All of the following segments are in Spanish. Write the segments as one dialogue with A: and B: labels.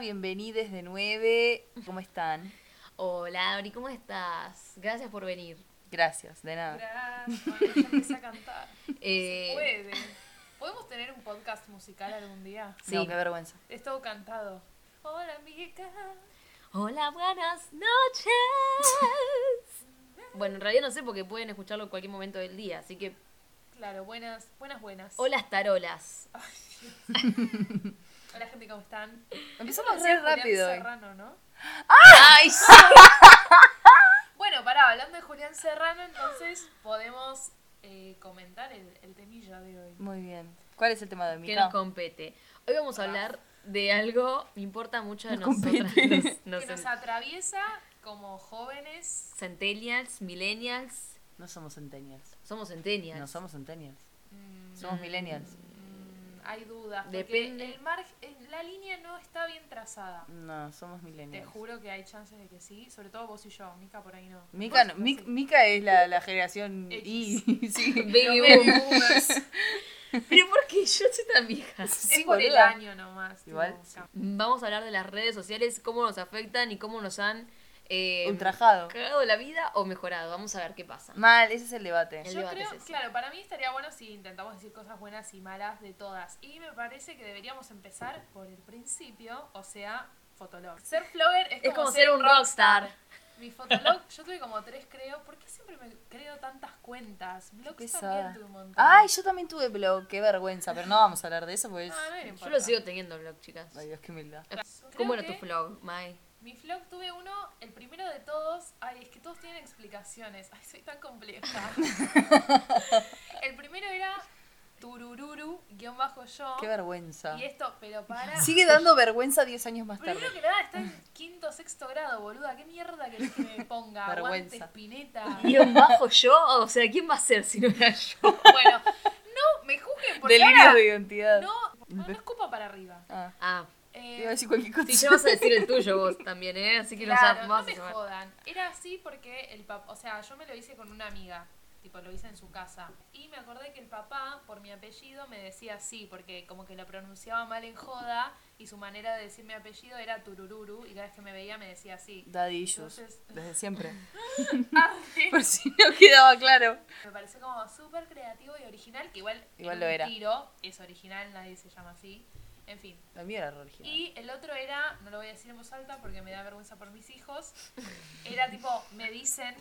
A: bienvenidos de nueve. ¿Cómo están?
B: Hola, Dori, ¿cómo estás? Gracias por venir.
A: Gracias, de nada.
C: Gracias, ya empecé a cantar.
B: Eh,
C: Se puede. ¿Podemos tener un podcast musical algún día?
B: Sí.
A: No, qué vergüenza.
C: Es todo cantado. Hola, amiga.
B: Hola, buenas noches. bueno, en realidad no sé porque pueden escucharlo en cualquier momento del día, así que
C: Claro, buenas, buenas, buenas.
B: hola tarolas.
C: Hola, gente, ¿cómo están?
A: Empezamos
C: Decía
A: re
C: Julián
A: rápido hoy.
C: Serrano, ¿no?
B: Ay, sí.
C: Bueno, pará, hablando de Julián Serrano, entonces podemos eh, comentar el, el temilla de hoy.
A: Muy bien. ¿Cuál es el tema de hoy,
B: que
A: Mica?
B: nos compete. Hoy vamos a hablar de algo que importa mucho a
A: Nos
B: nosotras.
A: compete.
B: Nos,
C: que nos atraviesa como jóvenes.
B: centennials, millennials.
A: No somos centennials.
B: Somos centennials.
A: No somos centennials.
C: Mm,
A: Somos millennials.
C: mm, hay dudas. porque
B: Depende.
C: El mar, eh, la línea no está bien trazada.
A: No, somos
C: Te
A: millennials.
C: juro que hay chances de que sí, sobre todo vos y yo, Mica por ahí no.
A: Mica,
C: Vos
A: no-
C: estás
A: Mi-
C: ahí.
A: Mica es la, la generación
C: X.
A: Y. Sí.
B: Baby
C: Los
B: boom.
C: baby boomers.
B: Pero ¿por qué yo soy tan vieja?
C: es
A: Sí,
C: por el
A: boluda.
C: año nomás.
A: Igual,
C: tipo,
A: sí.
B: Vamos a hablar de las redes sociales, cómo nos afectan y cómo nos han eh,
A: Ultrajado.
B: cagado la vida o mejorado. Vamos a ver qué pasa.
A: Mal, ese es el debate.
B: El
C: Yo
B: debate
C: creo,
B: es ese.
C: claro, para mí estaría bueno si intentamos decir cosas buenas y malas de todas. Y me parece que deberíamos empezar por el principio, o sea, Fotolog. Ser flogger es,
B: Es como, ser un rockstar.
C: Mi Fotolog, yo tuve como tres, creo. ¿Por qué siempre me creo tantas cuentas?
A: Qué
C: Blogs
A: pesada.
C: también tuve un montón.
A: Ay, yo también tuve blog, qué vergüenza, pero no vamos a hablar de eso porque es...
C: Ah, No, no me
B: Yo
C: importa.
B: lo sigo teniendo blog, chicas.
A: Ay, Dios, qué humildad.
C: Creo
B: ¿Cómo era
C: que-
B: tu blog, Mai?
C: Mi vlog tuve uno, el primero de todos. Ay, es que todos tienen explicaciones. Ay, soy tan compleja. el primero era turururu, guión bajo yo.
A: Qué vergüenza.
C: Y esto, pero para...
A: Sigue dando vergüenza 10 años más tarde.
C: Primero que nada, está en quinto, sexto grado, boluda. ¿Qué mierda querés que me ponga? Aguante,
A: Vergüenza.
C: espineta.
B: Guión bajo yo, o sea, ¿quién va a ser si no era yo?
C: Bueno, no me juzguen porque
A: Delirio
C: ahora
A: de identidad.
C: no, no, no escupa para arriba.
A: Ah,
B: Ah,
C: Eh,
A: te iba a decir cualquier cosa.
B: si ya vas a decir el tuyo vos también, ¿eh? Así que
C: Claro,
B: nos
C: no
B: vamos
C: me
B: a llamar.
C: jodan. Era así porque el papá, o sea, yo me lo hice con una amiga, tipo lo hice en su casa. Y me acordé que el papá, por mi apellido, me decía así, porque como que lo pronunciaba mal en joda y su manera de decir mi apellido era turururu y cada vez que me veía me decía así.
A: Daddy issues,
C: Entonces,
A: desde siempre.
C: arre.
A: Por si no quedaba claro.
C: me pareció como súper creativo y original, que igual,
A: Igual lo
C: era un
A: era.
C: tiro, es original, nadie se llama así. En fin.
A: La mía era religión.
C: Y el otro era, no lo voy a decir en voz alta porque me da vergüenza por mis hijos, era tipo, me dicen,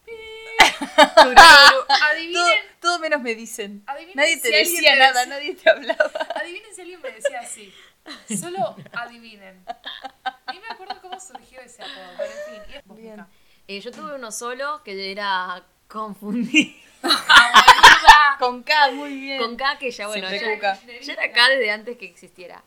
B: Turururu.
A: Todo,
C: adivinen,
A: todo menos me dicen.
C: adivinen
A: Nadie te
C: si alguien
A: decía
C: me
A: nada,
C: decía-
A: nadie te hablaba.
C: Adivinen si alguien me decía así, solo adivinen. Ni me acuerdo cómo surgió ese apodo, pero en fin. Y es
A: Bien.
C: Boca.
B: Eh, yo tuve uno solo que era confundir
C: Ah,
A: Con K, muy bien.
B: con K, que ya bueno,
A: Siempre
B: ya-
A: con K.
B: Yo era acá desde antes que existiera.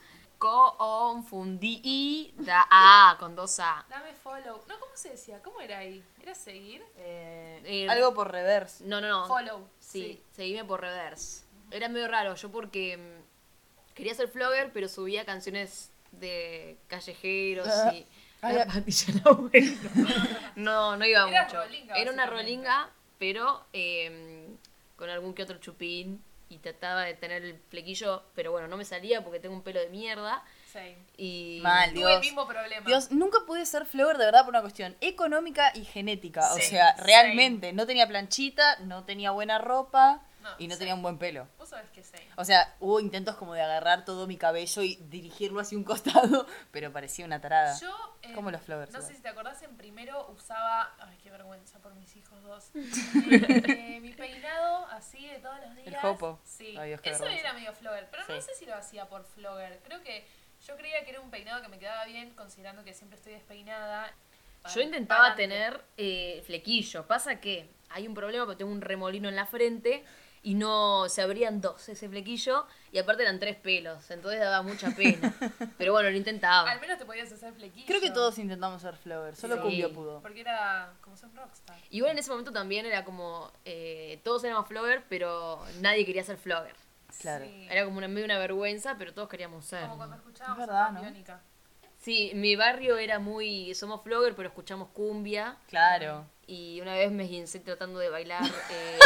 B: Confundí da A con dos A.
C: Dame follow. No, ¿cómo se decía? ¿Cómo era ahí? ¿Era seguir?
B: Eh,
A: Algo por reverse.
B: No, no, no.
C: Follow.
B: Sí, seguime por reverse. Era medio raro, yo porque mm, quería ser flogger, pero subía canciones de callejeros
C: Ah.
B: y.
A: Ay,
B: La
A: ay.
B: patilla la abuela. No, no iba
C: Era
B: mucho.
C: rolinga,
B: Era una
C: básicamente.
B: rolinga, pero eh, con algún que otro chupín. Y trataba de tener el flequillo, pero bueno, no me salía porque tengo un pelo de mierda.
C: Same.
B: Y.
A: Mal.
C: Tuve el
A: Dios.
C: mismo problema.
A: Dios, nunca pude ser flor de verdad por una cuestión económica y genética. o
C: Sí,
A: sea,
C: sí.
A: realmente no tenía planchita, no tenía buena ropa
C: No,
A: y no
C: sí.
A: tenía un buen pelo.
C: Vos sabés que same.
A: O sea, hubo intentos como de agarrar todo mi cabello y dirigirlo hacia un costado, pero parecía una tarada.
C: Yo, eh,
A: Como los flowers,
C: No sé
A: igual.
C: si te acordás, en primero usaba. Ay, qué vergüenza por mis hijos dos. Eh, eh, mi peinado así de todos los días.
A: jopo.
C: Sí.
A: Ay, Dios, qué
C: Eso
A: vergüenza.
C: era medio flogger, pero no
A: Sí.
C: sé si lo hacía por flogger. Creo que yo creía que era un peinado que me quedaba bien, considerando que siempre estoy despeinada.
B: Yo intentaba
C: Adelante.
B: tener eh, flequillo. Pasa que hay un problema porque tengo un remolino en la frente y no se abrían dos ese flequillo y aparte eran tres pelos, entonces daba mucha pena. Pero bueno, lo
C: Al
B: intentaba.
C: menos te podías hacer flequillo.
A: Creo que todos intentamos ser flowers, solo
B: Sí.
A: Cumbio pudo.
C: Porque era como son rockstar.
B: Igual en ese momento también era como, eh, todos éramos flogger, pero nadie quería ser flogger.
A: Claro.
C: Sí.
B: Era como una, medio una vergüenza, pero todos queríamos ser.
C: Como cuando escuchábamos
A: Es verdad,
C: a
A: ¿no?
C: Biónica.
B: Sí, mi barrio era muy, somos flogger, pero escuchamos cumbia.
A: Claro.
B: Y una vez me guincé tratando de bailar. eh,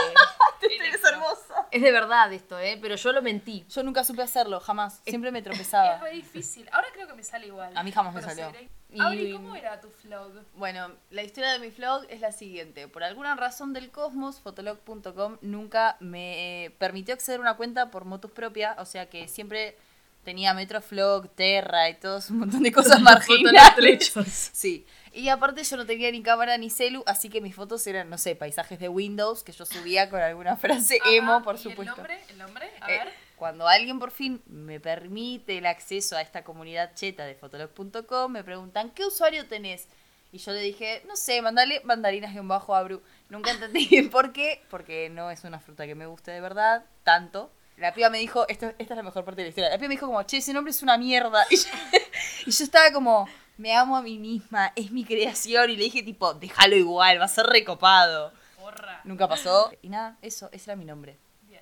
C: Electro
A: hermosa.
B: Es de verdad esto, ¿eh? Pero yo lo mentí.
A: Yo nunca supe hacerlo, jamás. Siempre me
C: Es
A: tropezaba.
C: muy difícil. Ahora creo que me sale igual.
A: Ah. A mí jamás me
C: Pero
A: salió.
C: seré-
B: Y-
C: Auri, ¿cómo era tu vlog?
A: Bueno, la historia de mi vlog es la siguiente. Por alguna razón del cosmos, fotolog.com nunca me eh, permitió acceder a una cuenta por motus propia, o sea que siempre tenía Metroflog, Terra y todos un montón de cosas marginales. Sí, y aparte yo no tenía ni cámara ni celu, así que mis fotos eran, no sé, paisajes de Windows que yo subía con alguna frase emo,
C: Ajá,
A: por
C: ¿y
A: supuesto.
C: ¿El nombre? ¿El nombre? A
A: Eh,
C: ver.
A: cuando alguien por fin me permite el acceso a esta comunidad cheta de fotolog.com, me preguntan, ¿qué usuario tenés? Y yo le dije, no sé, mandale mandarinas-abru. Nunca entendí por qué, porque no es una fruta que me guste de verdad, tanto. La piba me dijo, esto, esta es la mejor parte de la historia, la piba me dijo como, che, ese nombre es una mierda. Y yo, y yo estaba como, me amo a mí misma, es mi creación. Y le dije tipo, déjalo igual, va a ser recopado.
C: Porra.
A: Nunca pasó. Y nada, eso, ese era mi nombre.
C: Bien.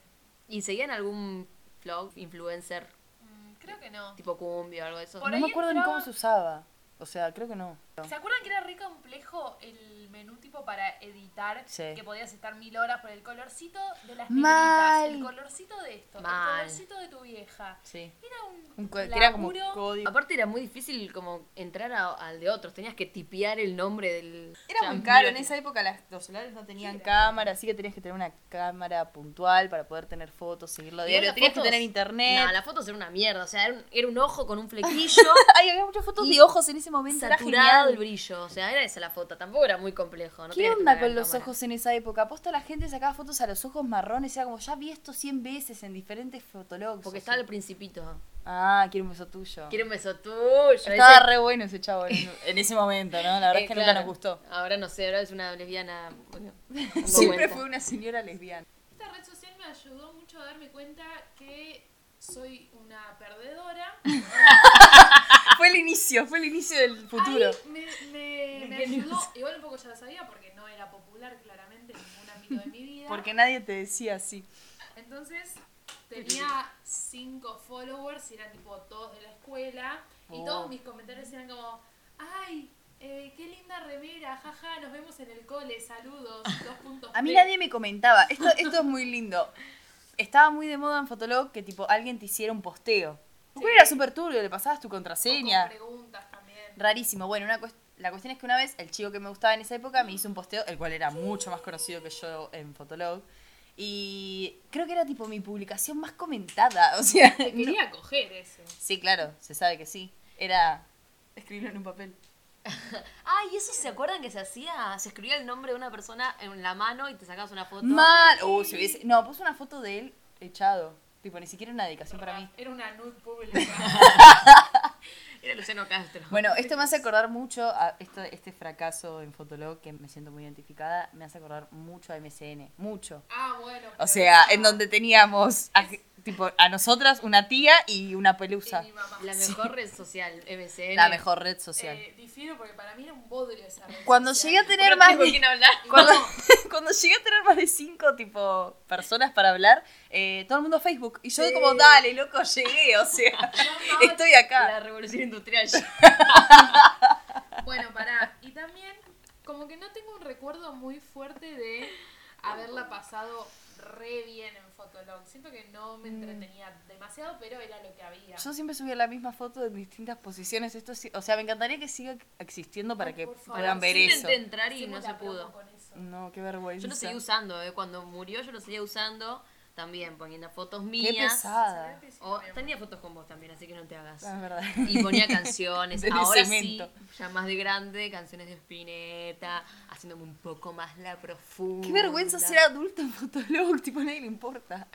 B: ¿Y seguían algún vlog, influencer,
C: Mm, creo que no.
B: tipo cumbia o algo de eso?
C: Por
A: no
C: ahí
A: me acuerdo ni
C: entraba-
A: cómo se usaba. O sea, creo que no.
C: ¿Se acuerdan que era re complejo el menú tipo para editar?
A: Sí.
C: Que podías estar mil horas por el colorcito de las
A: Mal.
C: negritas, el colorcito de esto,
B: Mal.
C: el colorcito de tu vieja.
A: Sí.
C: Era un,
A: Un co- que era como
C: laburo.
A: código.
B: Aparte era muy difícil como entrar a- al de otros, tenías que tipear el nombre del...
A: Era muy
B: champion.
A: caro. En esa época las- los celulares no tenían cámara, así que tenías que tener una cámara puntual para poder tener fotos, seguirlo
B: Igual
A: diario.
B: las
A: Tenías
B: fotos-
A: que tener internet.
B: No, las fotos eran una mierda, o sea, era un, era un ojo con un flequillo
A: Ay, había muchas fotos
B: Y
A: de ojos en ese momento. Era
B: saturado el
A: genial.
B: brillo, o sea, era esa la foto, tampoco era muy complejo. No
A: ¿Qué
B: tenías que
A: onda
B: tener
A: con los
B: cámara.
A: ojos en esa época? Aposta la gente sacaba fotos a los ojos marrones. Era como, ya vi esto 100 veces en diferentes fotologs.
B: Porque
A: o
B: estaba
A: sea.
B: el principito.
A: Ah, quiero un beso tuyo.
B: Quiero un beso tuyo.
A: Estaba
B: ese-
A: re bueno ese chavo en, en ese momento, ¿no? La verdad
B: Eh,
A: es que nunca
B: claro.
A: nos gustó.
B: Ahora no sé, ahora es una lesbiana. bueno, dando
A: Siempre
B: vuelta.
A: fue una señora lesbiana.
C: Esta red social me ayudó mucho a darme cuenta que soy una perdedora.
A: Fue el inicio, fue el inicio del futuro.
C: Ahí me, me, me ayudó, igual un poco ya lo sabía porque no era popular claramente en ningún ámbito de mi vida.
A: Porque nadie te decía así.
C: Entonces tenía cinco followers y eran tipo todos de la escuela
A: Oh.
C: y todos mis comentarios eran como, ay, eh, qué linda remera, jaja, nos vemos en el cole, saludos, dos puntos.
A: A mí
C: P".
A: nadie me comentaba. Esto, esto es muy lindo. Estaba muy de moda en Fotolog que tipo alguien te hiciera un posteo. Porque era súper turbio, le pasabas tu
C: O con
A: contraseña.
C: preguntas también.
A: Rarísimo. Bueno, una cues- la cuestión es que una vez el chico que me gustaba en esa época me hizo un posteo, el cual era mucho más conocido que yo en Fotolog. Y creo que era tipo mi publicación más comentada. O sea,
C: Te
A: no-
C: quería coger ese.
A: sí, claro, se sabe que sí. Era escribirlo en un papel.
B: Ay, ¿y eso se acuerdan que se hacía? Se escribía el nombre de una persona en la mano y te sacabas una foto.
A: Mal. Uh, si hubiese- No, puse una foto de él echado. Tipo, ni siquiera una dedicación para mí.
C: Era una nude pública.
B: Era Luciano Castro.
A: Bueno, esto me hace acordar mucho a esto, este fracaso en Fotolog, que me siento muy identificada, me hace acordar mucho a MSN, mucho.
C: ah, bueno.
A: O
C: pero
A: sea,
C: no.
A: en donde teníamos a, tipo, a nosotras una tía y una
C: Y
A: pelusa.
C: mi mamá.
B: la mejor red social, MCN.
A: La mejor red social.
C: Eh, difiero porque para mí era un bodrio esa red
A: Cuando
C: social.
A: llegué a tener
B: No
A: más
B: tengo con
A: de,
B: quién hablar.
A: cuando, cuando llegué a tener más de cinco tipo personas para hablar, eh, todo el mundo Facebook. Y yo
B: Sí.
A: como, dale, loco, llegué. O sea, estoy acá.
B: La revolución industrial.
C: Bueno, pará. Y también, como que no tengo un recuerdo muy fuerte de haberla pasado re bien en Fotolog. Siento que no me entretenía demasiado, pero era lo que había.
A: Mm. Yo siempre subía la misma foto en distintas posiciones. Esto, sí- o sea, me encantaría que siga existiendo para
C: Ay,
A: que
C: por favor,
A: puedan ver
B: Sí,
A: eso.
B: intenté entrar y
C: Hicimos
B: no se
C: la promo
B: pudo.
C: con eso.
A: No, qué vergüenza.
B: Yo lo seguí usando, eh, cuando murió yo lo seguía usando. También poniendo fotos
A: Qué
B: mías.
A: pesada.
C: ¿Sabés?
B: O- tenía fotos con vos también, así que no te hagas.
A: Ah, es verdad.
B: Y ponía canciones.
A: Del
B: Ahora
A: cemento.
B: sí, ya más de grande, canciones de Spinetta, haciéndome un poco más la profunda.
A: Qué vergüenza ser adulto en Fotolog, tipo, a nadie le importa.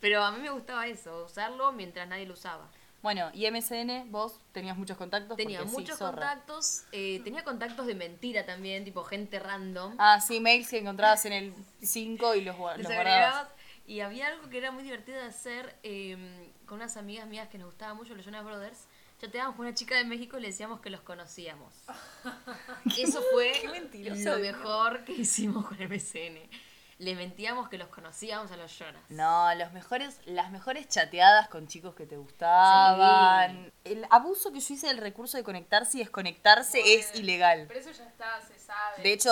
B: Pero a mí me gustaba eso, usarlo mientras nadie lo usaba.
A: Bueno, y MSN, vos tenías muchos contactos.
B: Tenía
A: porque sí,
B: muchos
A: zorra.
B: contactos, eh, tenía contactos de mentira también, tipo gente random.
A: Ah, sí, mails que encontrabas en el 5 y los, gua-
B: Los
A: los
B: agregabas.
A: guardabas.
B: Y había algo que era muy divertido de hacer eh, con unas amigas mías que nos gustaba mucho, los Jonas Brothers. Chateábamos con una chica de México y le decíamos que los conocíamos. Eso fue
A: Qué mentiroso
B: lo
A: de mierda.
B: mejor que hicimos con MSN. Le mentíamos que los conocíamos a los Jonas.
A: No, los mejores, las mejores chateadas con chicos que te gustaban. El abuso que yo hice del recurso de conectarse y desconectarse es
C: Bueno,
A: ilegal.
C: Pero eso ya está, se sabe.
A: De hecho,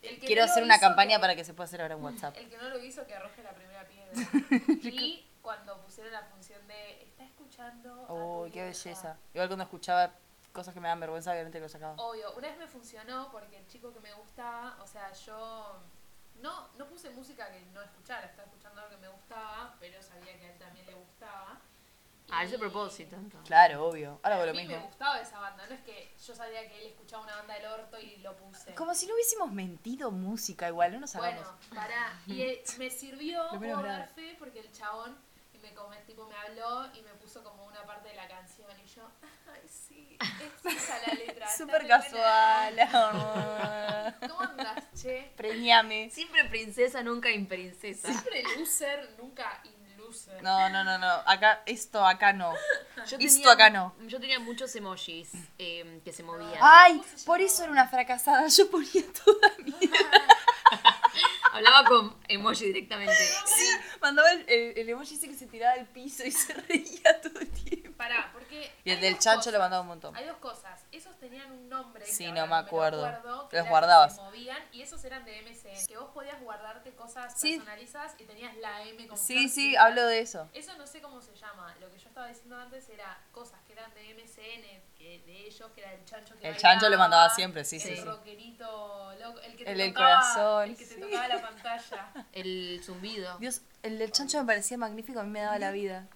C: El que
A: Quiero
C: no lo
A: hacer una
C: hizo,
A: campaña
C: que-
A: para que se pueda hacer ahora en WhatsApp.
C: El que no lo hizo, que arroje la primera piedra. y cuando pusieron la función de. Está escuchando. a
A: Uy,
C: tu
A: qué
C: vieja".
A: belleza. Igual cuando escuchaba cosas que me dan vergüenza, obviamente lo sacaba.
C: Obvio, una vez me funcionó porque el chico que me gustaba, o sea, yo no, no puse música que no escuchara, estaba escuchando algo que me gustaba, pero sabía que a él también le gustaba.
B: A ese
C: Y
B: propósito, entonces.
A: Claro, obvio. Ahora hago
C: A
A: lo
C: mí me
A: mismo.
C: gustaba esa banda, no es que yo sabía que él escuchaba una banda del orto y lo puse.
A: Como si no hubiésemos mentido música, igual, no nos hagamos.
C: Bueno, pará. Y eh, me sirvió
A: Lo menos
C: por
A: grave.
C: dar fe porque el chabón me, come- tipo, me habló y me puso como una parte de la canción y yo, ay, sí, es esa la letra. está
A: Súper
C: re buena".
A: casual. amor.
C: ¿Cómo andas, che?
A: Preñame.
B: Siempre princesa, nunca imprincesa.
C: Siempre loser, nunca in loser.
A: No, no, no, no. Acá, esto acá no.
B: Yo
A: Esto acá no. Ah.
B: Yo tenía muchos emojis eh, que se movían.
A: Ay, por eso era una fracasada. Yo ponía toda mi.
B: Hablaba con emoji directamente.
A: Sí, mandaba el, el, el emoji ese que se tiraba al piso y se reía todo el tiempo.
C: Pará, porque.
A: Y el
C: hay
A: del
C: dos
A: chancho lo
C: cosas.
A: mandaba un montón.
C: Hay dos cosas. Esos tenían un nombre. que
A: Sí,
C: ahora
A: no me
C: me lo
A: acuerdo.
C: que
A: Los
C: era que
A: guardabas.
C: se movían y esos eran de MSN. Que vos podías guardarte cosas
A: Sí.
C: personalizadas y tenías la M con
A: Sí,
C: florcita.
A: sí, hablo de eso.
C: Eso no sé cómo se llama. Lo que yo estaba diciendo antes era cosas que eran de MSN, que de ellos, que era el chancho que
A: El chancho
C: bailaba,
A: lo mandaba siempre, sí, sí,
C: El
A: sí.
C: rockerito loco, el que te
A: El del
C: tocaba,
A: corazón,
C: el que te
A: sí.
C: tocaba la pantalla.
B: El zumbido.
A: Dios, el del chancho me parecía magnífico, a mí me daba la vida.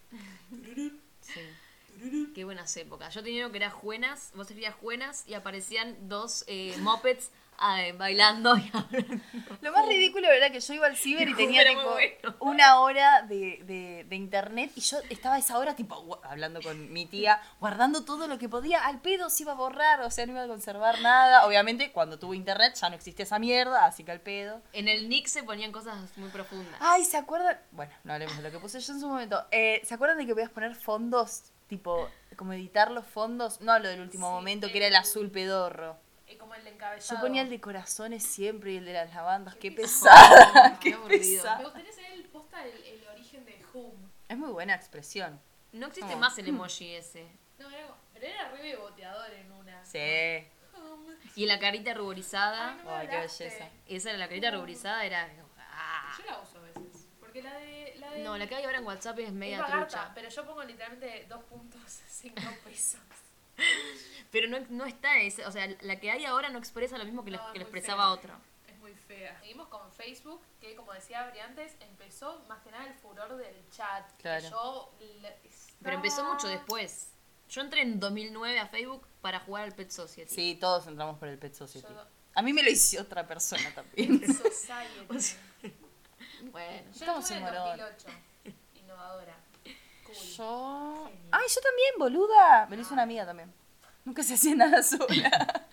A: Sí.
B: Qué buenas épocas. Yo tenía uno que era Juenas, vos escribías Juenas y aparecían dos eh, mopeds ah, eh, bailando y hablando.
A: Lo más ridículo era que yo iba al ciber y
B: Era
A: tenía
B: muy
A: tipo
B: bueno.
A: una hora de, de- de internet y yo estaba a esa hora tipo gua- hablando con mi tía, guardando todo lo que podía, al pedo se iba a borrar, o sea, no iba a conservar nada. Obviamente, cuando tuvo internet ya no existía esa mierda, así que al pedo.
B: En el nick se ponían cosas muy profundas.
A: Ay, ¿se acuerdan? Bueno, no hablemos de lo que puse yo en su momento. Eh, ¿Se acuerdan de que podías poner fondos? Tipo, como editar los fondos. No hablo del último
C: Sí,
A: momento, que
C: el-
A: era el azul pedorro.
C: Eh, como el de encabezado.
A: Yo ponía el de corazones siempre y el de las lavandas. Qué pesada.
B: pesado, qué
A: Qué
B: aburrido.
A: pesada.
C: Me gustaría saber el posta el, el origen de Home.
A: Es muy buena expresión.
B: No existe
A: No.
B: más el emoji ese.
C: No, era, pero era re beboteador en una.
A: Sí.
C: Home.
B: Y la carita ruborizada.
C: Ay, no me
A: Ay, qué
C: hablaste.
A: belleza.
B: Esa era la carita ruborizada, era. ah.
C: Yo la uso a veces. Porque la de. La de
B: No, la que hay ahora en WhatsApp es
C: es
B: media
C: bagarta,
B: trucha.
C: pero yo pongo literalmente 2.5 pesos.
B: Pero no, no está ese. O sea, la que hay ahora no expresa lo mismo que,
C: No,
B: lo, que lo
C: es muy
B: expresaba
C: fea.
B: otro.
C: Es muy fea. Seguimos con Facebook, que como decía Abri antes, empezó más que nada el furor del chat. que
A: Claro.
C: yo le-
B: Pero empezó
C: estaba-
B: mucho después. Yo entré en 2009 a Facebook para jugar al Pet Society.
A: Sí, todos entramos por el Pet Society.
C: Yo-
A: A mí me lo hizo otra persona también.
C: Society.
B: Bueno.
C: Yo
A: Estamos
C: estuve
A: en
C: en
A: Morón.
C: 2008. Innovadora. Cool.
A: Yo.
C: Genial.
A: Ay, yo también, boluda. Me lo hizo una amiga también. Nunca se hacía nada sola.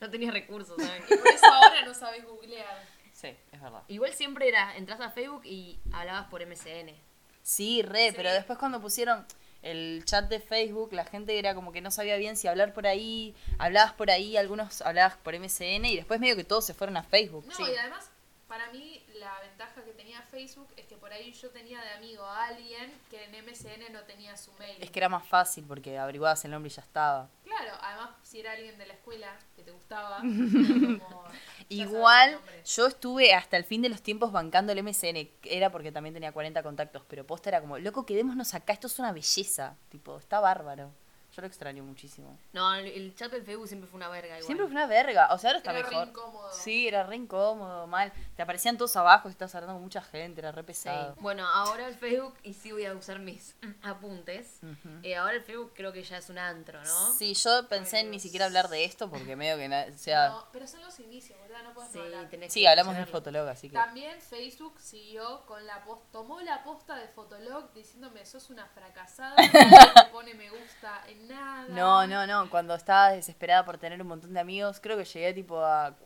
B: No tenías recursos, ¿sabes?
C: Y por eso ahora no sabes googlear.
A: Sí, es verdad.
B: Igual siempre era, entras a Facebook y hablabas por MSN.
A: Sí, re,
C: Sí.
A: pero después cuando pusieron el chat de Facebook, la gente era como que no sabía bien si hablar por ahí, hablabas por ahí, algunos hablabas por MSN y después medio que todos se fueron a Facebook.
C: No,
A: sí.
C: y además, para mí, la ventaja que tenía Facebook es que por ahí yo tenía de amigo a alguien que en MSN no tenía su mail.
A: Es que era más fácil porque averiguabas el nombre y ya estaba.
C: Claro, además, si era alguien de la escuela que te gustaba, era como, ya sabes el
A: Igual
C: nombre.
A: yo estuve hasta el fin de los tiempos bancando el MSN, era porque también tenía 40 contactos, pero posta era como, loco, quedémonos acá, esto es una belleza, tipo, está bárbaro. Yo lo extraño muchísimo.
B: No, el, el chat del Facebook siempre fue una verga igual.
A: Siempre fue una verga, o sea, ahora está
C: Era re
A: mejor.
C: incómodo.
A: Sí, era re incómodo, mal. Te aparecían todos abajo, estás hablando con mucha gente, era re
B: Sí.
A: pesado.
B: Bueno, ahora el Facebook, y sí voy a usar mis mm, apuntes. Eh, ahora el Facebook creo que ya es un antro, ¿no?
A: Sí, yo pensé en ni siquiera hablar de esto porque medio que, na- o sea,
C: No, pero son los inicios, ¿verdad? No puedes
B: Sí,
C: no hablar.
B: tenés
A: sí,
B: que
A: hablamos del
B: usarlo.
A: fotolog, así que
C: También Facebook siguió con la post, tomó la posta de Fotolog diciéndome sos una fracasada, no te pone me gusta en nada.
A: No, no, no, cuando estaba desesperada por tener un montón de amigos, creo que llegué tipo a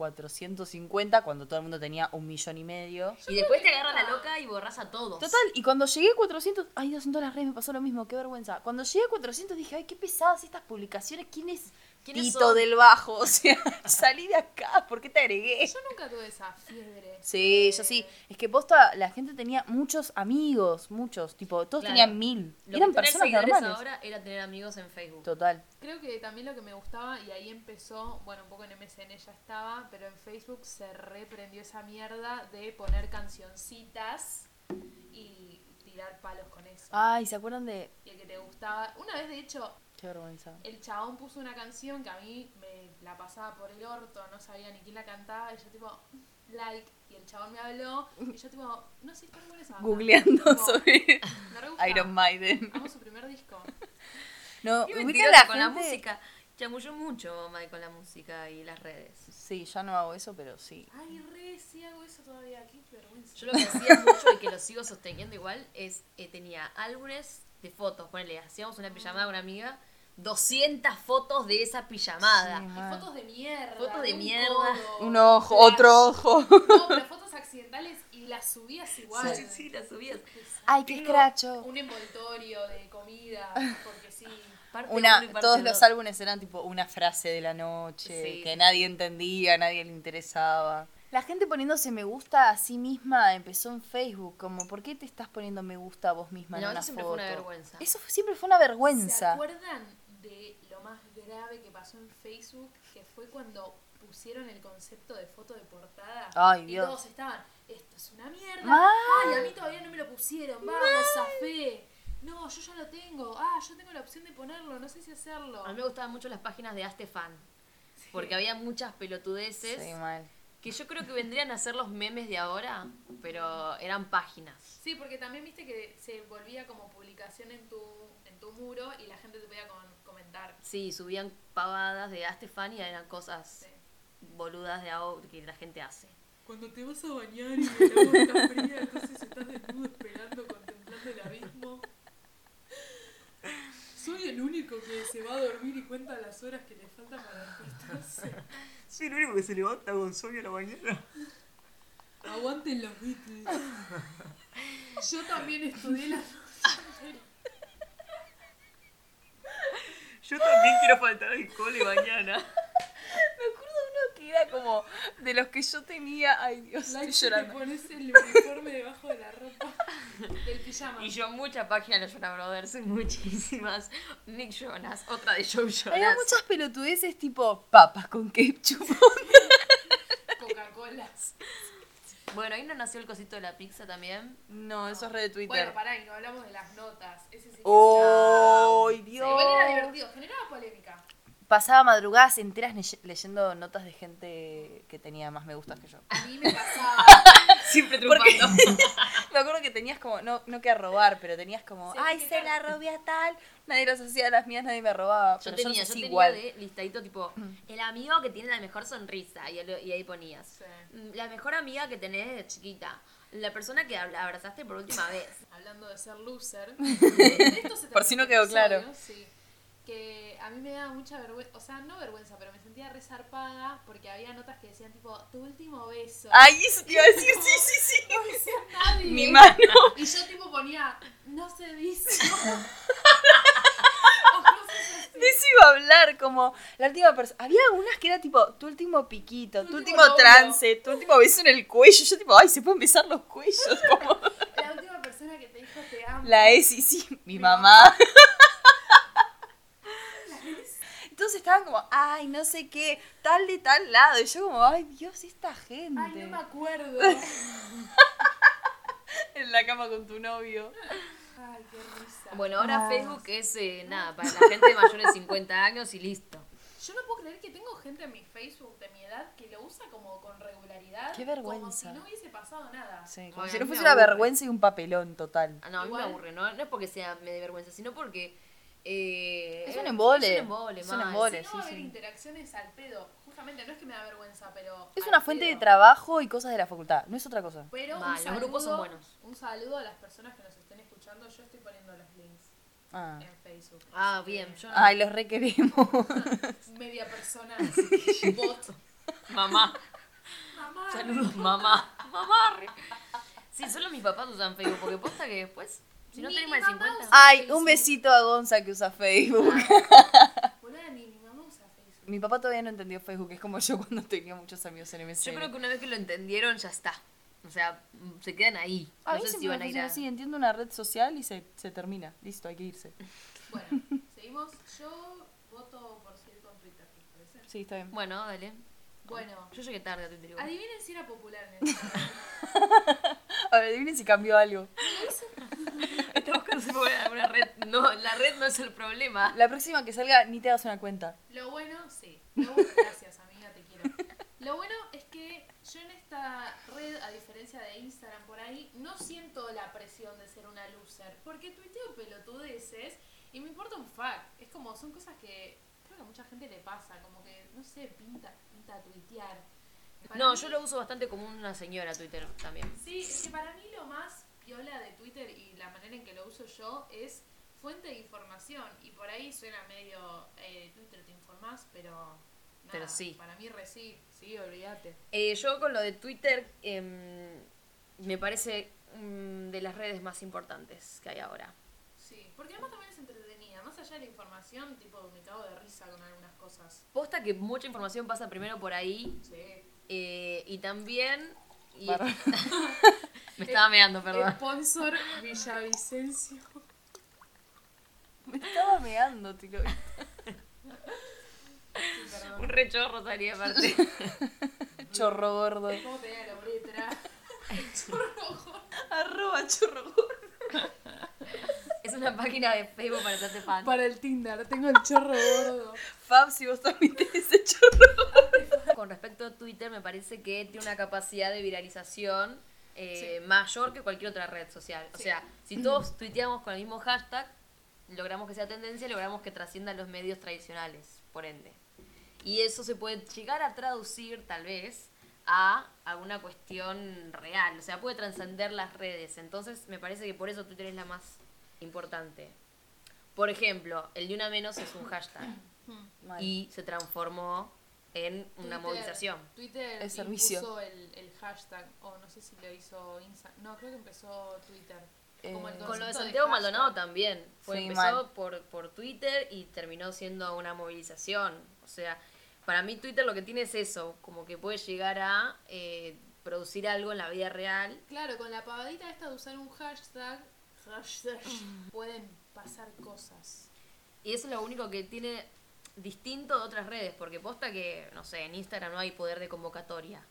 A: 450 cuando todo el mundo tenía un millón y medio.
B: Y después te agarra la loca y borras a todos.
A: Total, y cuando llegué a 400, ay Dios, en todas las redes me pasó lo mismo, qué vergüenza. Cuando llegué a 400 dije, ay, qué pesadas estas publicaciones, ¿quién es?
B: ¿Quiénes
A: Tito
B: son?
A: del Bajo, o sea, salí de acá, ¿por qué te agregué?
C: Yo nunca tuve esa fiebre.
A: Sí, yo sí. Es que posta, la gente tenía muchos amigos, muchos, tipo, todos
B: Claro.
A: tenían mil.
B: Lo
A: Eran
B: que trae
A: personas
B: seguidores
A: normales.
B: ahora era tener amigos en Facebook.
A: Total.
C: Creo que también lo que me gustaba, y ahí empezó, bueno, un poco en MSN ya estaba, pero en Facebook se reprendió esa mierda de poner cancioncitas y tirar palos con eso.
A: Ay, ¿se acuerdan de...?
C: Y el que te gustaba. Una vez, de hecho,
A: Qué vergüenza.
C: el chabón puso una canción que a mí me la pasaba por el orto, no sabía ni quién la cantaba, y yo tipo, like, y el chabón me habló, y yo tipo, no sé, está muy buena esa banda.
A: Googleando
C: Tipo,
A: sobre Ah.
C: me re gusta.
A: Iron Maiden.
C: Amo su primer disco.
A: No,
B: Qué
A: ubica
B: mentiroso
A: la
B: con
A: gente...
B: la música. Chamulló mucho Mike con la música y las redes.
A: Sí, ya no hago eso, pero sí.
C: Ay, re, sí hago eso todavía, qué vergüenza.
B: Yo lo que hacía mucho y que lo sigo sosteniendo igual es eh, tenía álbumes de fotos. Ponele, hacíamos una pijamada con una amiga, 200 fotos de esa
A: Sí,
B: pijamada.
C: Y
A: mal.
C: fotos de mierda.
B: Fotos de
C: un
B: mierda.
C: codo,
A: Un ojo,
C: flash.
A: otro ojo.
C: No, pero fotos accidentales y las subías igual.
B: Sí, sí, sí, las subías.
A: Ay, qué oh. escracho.
C: Un envoltorio de comida, porque sí.
B: Parte
A: Una,
B: uno y parte
A: todos los
B: dos.
A: álbumes eran tipo una frase de la noche
B: Sí,
A: que
B: sí,
A: nadie entendía, nadie le interesaba. La gente poniéndose me gusta a sí misma empezó en Facebook, como ¿por qué te estás poniendo me gusta a vos misma en
B: No,
A: una
B: eso siempre
A: foto?
B: fue una vergüenza.
A: Eso fue- siempre fue una
C: ¿Se
A: vergüenza.
C: acuerdan de lo más grave que pasó en Facebook? Que fue cuando pusieron el concepto de foto de portada.
A: Ay,
C: Y
A: Dios.
C: todos estaban, esto es una mierda.
A: Mal.
C: Ay, a mí todavía no me lo pusieron. Vamos, zafé. No, yo ya lo tengo. Ah, yo tengo la opción de ponerlo. No sé si hacerlo.
B: A mí me gustaban mucho las páginas de Astefan. Porque había muchas pelotudeces
A: Sí, mal.
B: que yo creo que vendrían a ser los memes de ahora, pero eran páginas.
C: Sí, porque también viste que se volvía como publicación en tu, en tu muro y la gente te podía con- comentar.
B: Sí, subían pavadas de Astefan y eran cosas
C: Sí.
B: boludas de ahora que la gente hace.
C: Cuando te vas a bañar y el agua está fría, entonces estás desnudo esperando, contemplando el abismo. Soy el único que se va a dormir y cuenta las horas que le faltan para despertarse.
D: Soy el único que se levanta con sueño a la mañana.
C: Aguanten los Beatles. Yo también estudié la
D: Yo también quiero faltar al cole mañana.
A: Me acuerdo uno que era como de los que yo tenía. Ay, Dios,
C: Like
A: estoy
C: si te
A: llorando.
C: pones el uniforme debajo de la ropa del pijama.
B: Y yo muchas páginas de Jonah Brothers, muchísimas. Nick Jonas, otra de Joe
A: Había
B: Jonas.
A: muchas pelotudeces tipo papas con ketchup.
C: Coca-Cola.
B: Bueno, ahí no nació el cosito de la pizza también.
A: No, eso es red de Twitter.
C: Bueno, pará, y no hablamos de las notas. Ese sí que-
A: ¡Oh, Dios!
C: Igual era divertido, generaba polémica.
A: Pasaba madrugadas enteras ne- leyendo notas de gente que tenía más me gustas que yo.
C: A mí me pasaba.
B: Siempre
A: Porque-
B: triunfando.
A: Me acuerdo que tenías como, no, no que robar, pero tenías como,
C: Sí,
A: ay,
C: que
A: se la
C: era-
A: robé a tal, nadie las hacía las mías, nadie me robaba.
B: Yo
A: pero
B: tenía, yo
A: yo no sé si
B: tenía
A: igual.
B: de listadito tipo, el amigo que tiene la mejor sonrisa, y, al- y ahí ponías.
C: Sí.
B: Mm, La mejor amiga que tenés desde chiquita. La persona que abra- abrazaste por última vez.
C: Hablando de ser loser. de esto se
A: Por si no quedó
C: trata el
A: claro.
C: sí. Que a mí me daba mucha vergüenza, o sea, no vergüenza, pero me sentía resarpada porque había notas que decían tipo, tu último beso.
A: Ay, eso te iba a decir, sí, sí, sí.
C: No decía nadie.
A: Mi mano.
C: Y yo tipo ponía, no se dice. O cosas así.
A: De eso iba a hablar, como la última persona. Había algunas que era tipo tu último piquito, tu,
C: Tu último
A: último
C: novio.
A: trance, tu último beso en el cuello. Yo, tipo, ay, se pueden besar los cuellos. Como
C: La última persona que te dijo te amo.
A: la es y sí, mi
C: Mi
A: mamá. Entonces estaban como, ay, no sé qué, tal de tal lado. Y yo, como, ay, Dios, esta gente.
C: Ay, no me acuerdo.
A: en la cama con tu novio.
C: Ay, qué risa.
B: Bueno, ahora
A: Ah.
B: Facebook es eh, nada, para la gente mayor de 50 años y listo.
C: Yo no puedo creer que tengo gente en mi Facebook de mi edad que lo usa como con regularidad.
A: Qué vergüenza.
C: Como si no hubiese pasado nada.
A: Sí, como
B: Bueno,
A: si
B: a
A: no
B: mí
A: fuese
B: me
A: una
B: aburre.
A: vergüenza y un papelón total.
B: Ah, no, a mí
C: Igual.
B: me aburre, no, no es porque sea me dé vergüenza, sino porque... eh,
A: Es un embole.
B: Es un embole,
A: Es un
B: mal.
A: embole.
C: Si no va a
A: sí,
C: haber
A: sí.
C: interacciones al pedo. Justamente, no es que me da vergüenza, pero.
A: Es
C: al
A: una fuente de
C: pedo.
A: trabajo y cosas de la facultad, no es otra cosa.
C: Pero un
B: Mal, los grupos son
C: saludo-
B: buenos.
C: Un saludo a las personas que nos estén escuchando. Yo estoy poniendo los links
A: Ah.
C: en Facebook.
B: Ah,
C: así que-
B: bien, yo no.
A: Ay, los requeremos.
C: Media persona. así, bot.
B: Mamá,
C: Mamá.
B: saludos, mamá. Mamá. re- Sí, solo mis papás usan Facebook, porque posta que después, si no
C: Ni
B: tenés
C: mi
B: más de
C: mamá
B: 50...
C: usa.
A: Ay, un besito a Gonza que usa Facebook.
C: Boluda, ni mi mamá usa Facebook.
A: Mi papá todavía no entendió Facebook, es como yo cuando tenía muchos amigos en MSN.
B: Yo creo que una vez que lo entendieron, ya está. O sea, mm, se quedan ahí.
A: A
B: No
A: mí
B: sé si
A: siempre
B: van
A: me
B: a ir
A: funciona
B: a...
A: así, entiendo una red social y se, se termina. Listo, hay que irse.
C: Bueno, seguimos. Yo voto por seguir con Twitter. ¿les parece?
A: Sí, está bien.
B: Bueno, dale.
C: Bueno,
B: Yo llegué tarde a Twitter. igual.
C: adivinen si era popular en el
A: A ver, adivinen si cambió algo.
B: Está buscando por alguna red. No, la red no es el problema.
A: La próxima que salga, ni te das una cuenta.
C: Lo bueno, sí. Lo bueno, gracias, amiga, te quiero. Lo bueno es que yo en esta red, a diferencia de Instagram por ahí, no siento la presión de ser una loser. Porque tuiteo pelotudeces y me importa un fuck. Es como, son cosas que creo que a mucha gente le pasa. Como que, no sé, pinta, pinta tuitear. Para
B: No,
C: mí-
B: yo lo uso bastante como una señora Twitter también.
C: Sí, es que para mí lo más piola de Twitter y la manera en que lo uso yo es fuente de información. Y por ahí suena medio, eh, Twitter te informás, pero... nada,
B: Pero sí.
C: Para mí re sí, sí, olvídate.
B: Eh, yo con lo de Twitter em, me parece mm, de las redes más importantes que hay ahora.
C: Sí, porque además también es entretenida. Más allá de la información, tipo, me cago de risa con algunas cosas.
B: Posta que mucha información pasa primero por ahí
C: Sí.
B: eh, y también... y-
A: Bárbaro.
B: me estaba mirando, perdón.
C: Sponsor Villavicencio.
A: Me estaba meando, te lo-
B: Un rechorro salía aparte.
A: Chorro gordo.
C: ¿Cómo te da la letra?
A: Arroba chorro gordo.
B: es una página de Facebook para hacerte fan.
C: Para el Tinder, tengo el chorro gordo.
A: Fab, si vos también tenés el chorro.
B: Con respecto a Twitter, me parece que tiene una capacidad de viralización eh, mayor que cualquier otra red social. O sea, si todos tuiteamos con el mismo hashtag, logramos que sea tendencia, logramos que trascienda los medios tradicionales, por ende. Y eso se puede llegar a traducir, tal vez, a alguna cuestión real. O sea, puede trascender las redes. Entonces, me parece que por eso Twitter es la más importante. Por ejemplo, el de una menos es un hashtag y se transformó en una
C: Twitter-
B: movilización.
C: Twitter
A: El servicio.
C: impuso el, el hashtag, o no sé si lo hizo Instagram. No, creo que empezó Twitter. Como
A: Eh,
C: el
B: Con lo de
C: concepto
B: Santiago
C: hashtag.
B: Maldonado también. Fue,
A: Sí, mal.
B: empezó por, por Twitter y terminó siendo una movilización. O sea, para mí Twitter lo que tiene es eso, como que puede llegar a eh, producir algo en la vida real.
C: Claro, con la pavadita esta de usar un hashtag, hashtag pueden pasar cosas.
B: Y eso es lo único que tiene distinto de otras redes, porque posta que, no sé, en Instagram no hay poder de convocatoria.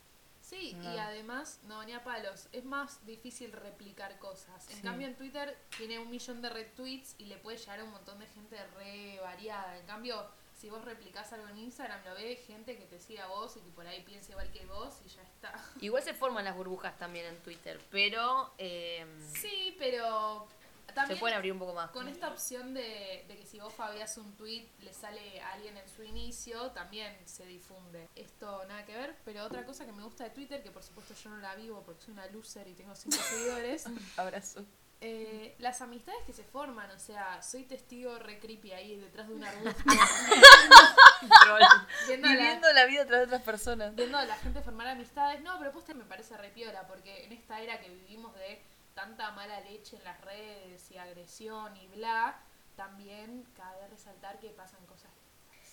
C: Sí,
A: No.
C: y además, no, ni a palos, es más difícil replicar cosas. En
A: Sí.
C: cambio, en Twitter tiene un millón de retweets y le puede llegar a un montón de gente re variada. En cambio, si vos replicás algo en Instagram, lo ve gente que te siga a vos y que por ahí piensa igual que vos y ya está.
B: Igual se forman las burbujas también en Twitter, pero eh,
C: Sí, pero
B: se
C: también
B: pueden abrir un poco más.
C: con esta opción de, de que si vos fabias un tweet le sale a alguien en su inicio, también se difunde. Esto nada que ver, pero otra cosa que me gusta de Twitter, que por supuesto yo no la vivo porque soy una loser y tengo 5 seguidores,
A: Abrazo.
C: eh, las amistades que se forman, o sea, soy testigo re creepy ahí detrás de un arbusto, viendo a la-
A: Viviendo la vida a través de otras personas.
C: viendo a la gente formar amistades. No, pero posta me parece re piola, porque en esta era que vivimos de tanta mala leche en las redes y agresión y bla, también cabe resaltar que pasan cosas.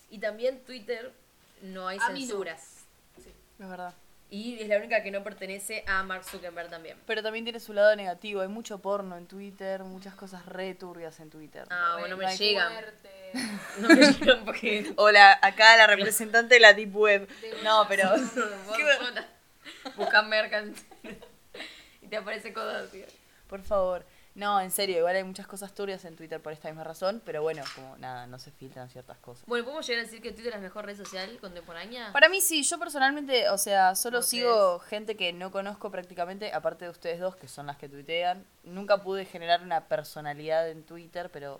B: Y también Twitter no hay
C: A mí no.
B: censuras.
A: Es verdad.
B: Y es la única que no pertenece a Mark Zuckerberg también.
A: Pero también tiene su lado negativo. Hay mucho porno en Twitter, muchas cosas re turbias en Twitter.
B: Ah, bueno, no me
C: Re
B: llegan.
C: fuerte,
B: No me llegan porque.
A: Hola, acá la representante de la Deep Web.
C: de
A: No, pero.
B: Qué bueno. Buscas mercant. Y te aparecen cosas así.
A: Por favor. No, en serio, igual hay muchas cosas turbias en Twitter por esta misma razón, pero bueno, como nada, no se filtran ciertas cosas.
B: Bueno, ¿podemos llegar a decir que Twitter es la mejor red social contemporánea?
A: Para mí sí, yo personalmente, o sea, solo
B: ¿Vos
A: sigo gente que no conozco prácticamente, aparte de ustedes dos, que son las que tuitean. Nunca pude generar una personalidad en Twitter, pero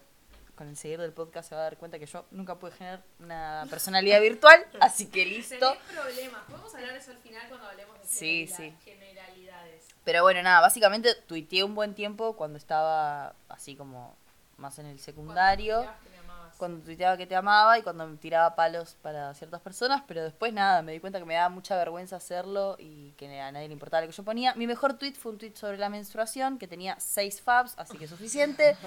A: con el seguir del podcast se va a dar cuenta que yo nunca pude generar una personalidad virtual, así que listo.
C: Tenés problemas. Podemos hablar eso al final cuando hablemos de
A: Sí,
C: general-
A: sí.
C: generalidades.
A: Pero bueno, nada, básicamente tuiteé un buen tiempo cuando estaba así como más en el
C: Cuando
A: secundario.
C: te olvidabas que me amabas.
A: cuando tuiteaba que te amaba y cuando me tiraba palos para ciertas personas, pero después nada, me di cuenta que me daba mucha vergüenza hacerlo y que a nadie le importaba lo que yo ponía. Mi mejor tweet fue un tweet sobre la menstruación que tenía seis fabs, así que suficiente.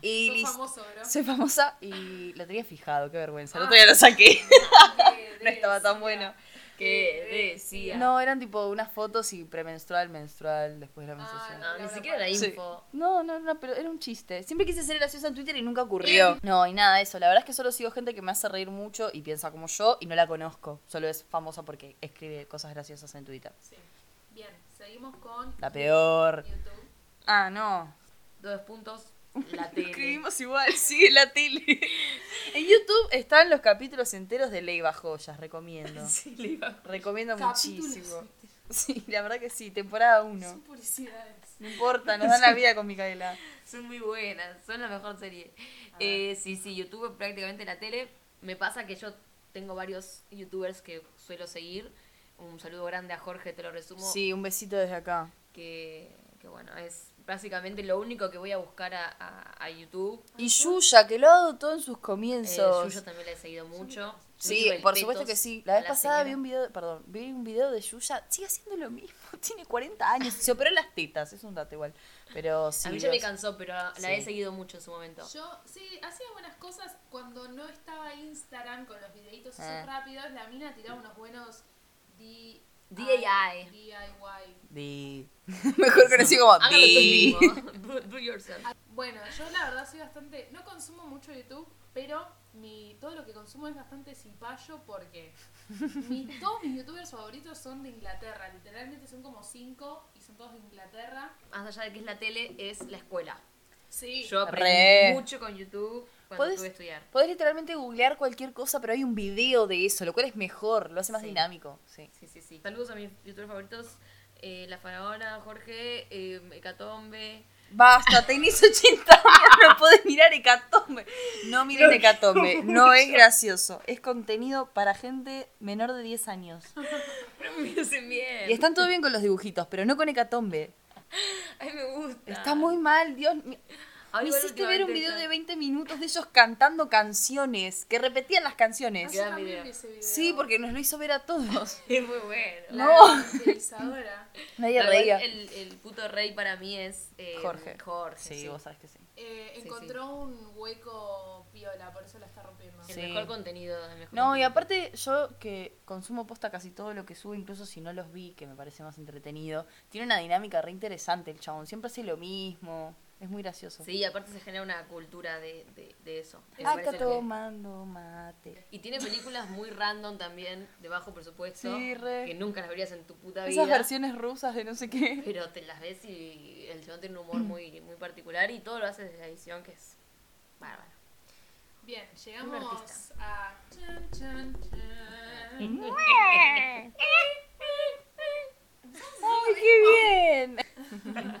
A: Y
C: Sos
A: listo.
C: famoso, bro.
A: Soy famosa y lo tenía fijado, qué vergüenza. El otro día lo saqué, no estaba tan bueno.
B: Que decía.
A: No, eran tipo unas fotos y premenstrual, menstrual, después de la
C: Ah,
A: menstruación.
B: No, ni siquiera la
A: Sí.
B: info.
A: No, no, no, pero era un chiste. Siempre quise ser graciosa en Twitter y nunca ocurrió. No, y nada, eso. La verdad es que solo sigo gente que me hace reír mucho y piensa como yo y no la conozco. Solo es famosa porque escribe cosas graciosas en Twitter.
C: Sí. Bien, seguimos con
A: La peor.
C: YouTube.
A: Ah, no.
B: Dos puntos. La tele.
A: Escribimos igual, sí, en la tele. En YouTube están los capítulos enteros de Ley Joyas, recomiendo.
B: Sí, le iba.
A: Recomiendo
C: Capítulos
A: muchísimo. Sí, la verdad que sí, temporada 1.
C: Son publicidades.
A: No importa, nos dan la vida con Micaela.
B: Son muy buenas, son la mejor serie. Eh, sí, sí, YouTube es prácticamente la tele. Me pasa que yo tengo varios youtubers que suelo seguir. Un saludo grande a Jorge, te lo resumo.
A: Sí, un besito desde acá.
B: Que, que bueno, es básicamente lo único que voy a buscar a, a- a YouTube.
A: Y Yuya, que lo adoptó en sus
B: Eh,
A: comienzos.
B: Yuya también la he seguido mucho.
A: Sí,
B: Lucho
A: por
B: Belpetos,
A: supuesto que sí.
B: a
A: La vez pasada vi
B: señora.
A: un video, perdón, vi un video de Yuya, sigue haciendo lo mismo, tiene 40 años, se operó las tetas, es un dato igual. Pero sí.
B: A mí ya me
A: Dios.
B: cansó, pero la
A: Sí.
B: he seguido mucho en su momento.
C: Yo, sí, hacía buenas cosas cuando no estaba Instagram con los videitos esos
B: Eh.
A: Ah.
C: rápidos. La mina tiraba unos buenos di-
B: DIY.
C: DIY.
A: Di. Mejor conocido como
B: Hágalo tú
A: Di.
B: mismo. do, do yourself.
C: Bueno, yo la verdad soy bastante. No consumo mucho YouTube, pero mi, todo lo que consumo es bastante cipayo porque mis, todos mis youtubers favoritos son de Inglaterra. Literalmente son como cinco y son todos de Inglaterra.
B: Más allá de que es la tele, es la escuela.
C: Sí.
B: Yo aprendí
A: Re.
B: mucho con YouTube cuando
A: ¿Podés-
B: tuve que estudiar.
A: Podés literalmente googlear cualquier cosa, pero hay un video de eso, lo cual es mejor, lo hace más
B: Sí.
A: dinámico. Sí.
B: Sí, sí, sí. Saludos a mis youtubers favoritos. eh, la Faraona, Jorge, eh, Hecatombe.
A: Basta, tenés 80 años, no podés mirar Hecatombe. No miren Hecatombe, no es gracioso. Es contenido para gente menor de 10 años.
B: Me hacen bien.
A: Y están todo bien con los dibujitos, pero no con Hecatombe.
B: Ay, me gusta.
A: Está muy mal, Dios mío.
B: Ahora
A: Me
B: igual
A: hiciste ver un
B: últimamente
A: video
B: está-
A: de 20 minutos de ellos cantando canciones, que repetían las
C: Ah,
A: canciones.
C: yo
B: Gran
C: también
B: video.
C: vi ese video.
A: Sí, porque nos lo hizo ver a todos.
B: Es muy bueno.
C: La
A: No.
C: caracterizadora.
A: Nadie
B: Pero igual
A: reía.
B: El, el puto rey para mí es eh,
A: Jorge.
B: Jorge.
A: Sí,
B: Sí,
A: vos sabés que sí.
C: Eh,
B: Sí,
C: encontró un hueco piola, por eso la está rompiendo.
B: El
A: Sí.
B: mejor contenido. el mejor
A: No, y
B: contenido.
A: aparte yo que consumo posta casi todo lo que sube, incluso si no los vi, que me parece más entretenido, tiene una dinámica re interesante el chabón. Siempre hace lo mismo. Es muy gracioso.
B: Sí, aparte se genera una cultura de, de, de eso. Me parece
A: Acá
B: que-
A: tomando mate.
B: Y tiene películas muy random también, de bajo presupuesto.
A: Sí, re.
B: Que nunca las verías en tu puta vida.
A: Esas versiones rusas de no sé qué.
B: Pero te las ves y el chabón tiene un humor muy, muy particular y todo lo hace desde la edición que es bárbaro.
C: Bien,
B: Un
C: llegamos
B: artista.
C: a. Chan, chan, chan.
A: ¡Ay, qué bien!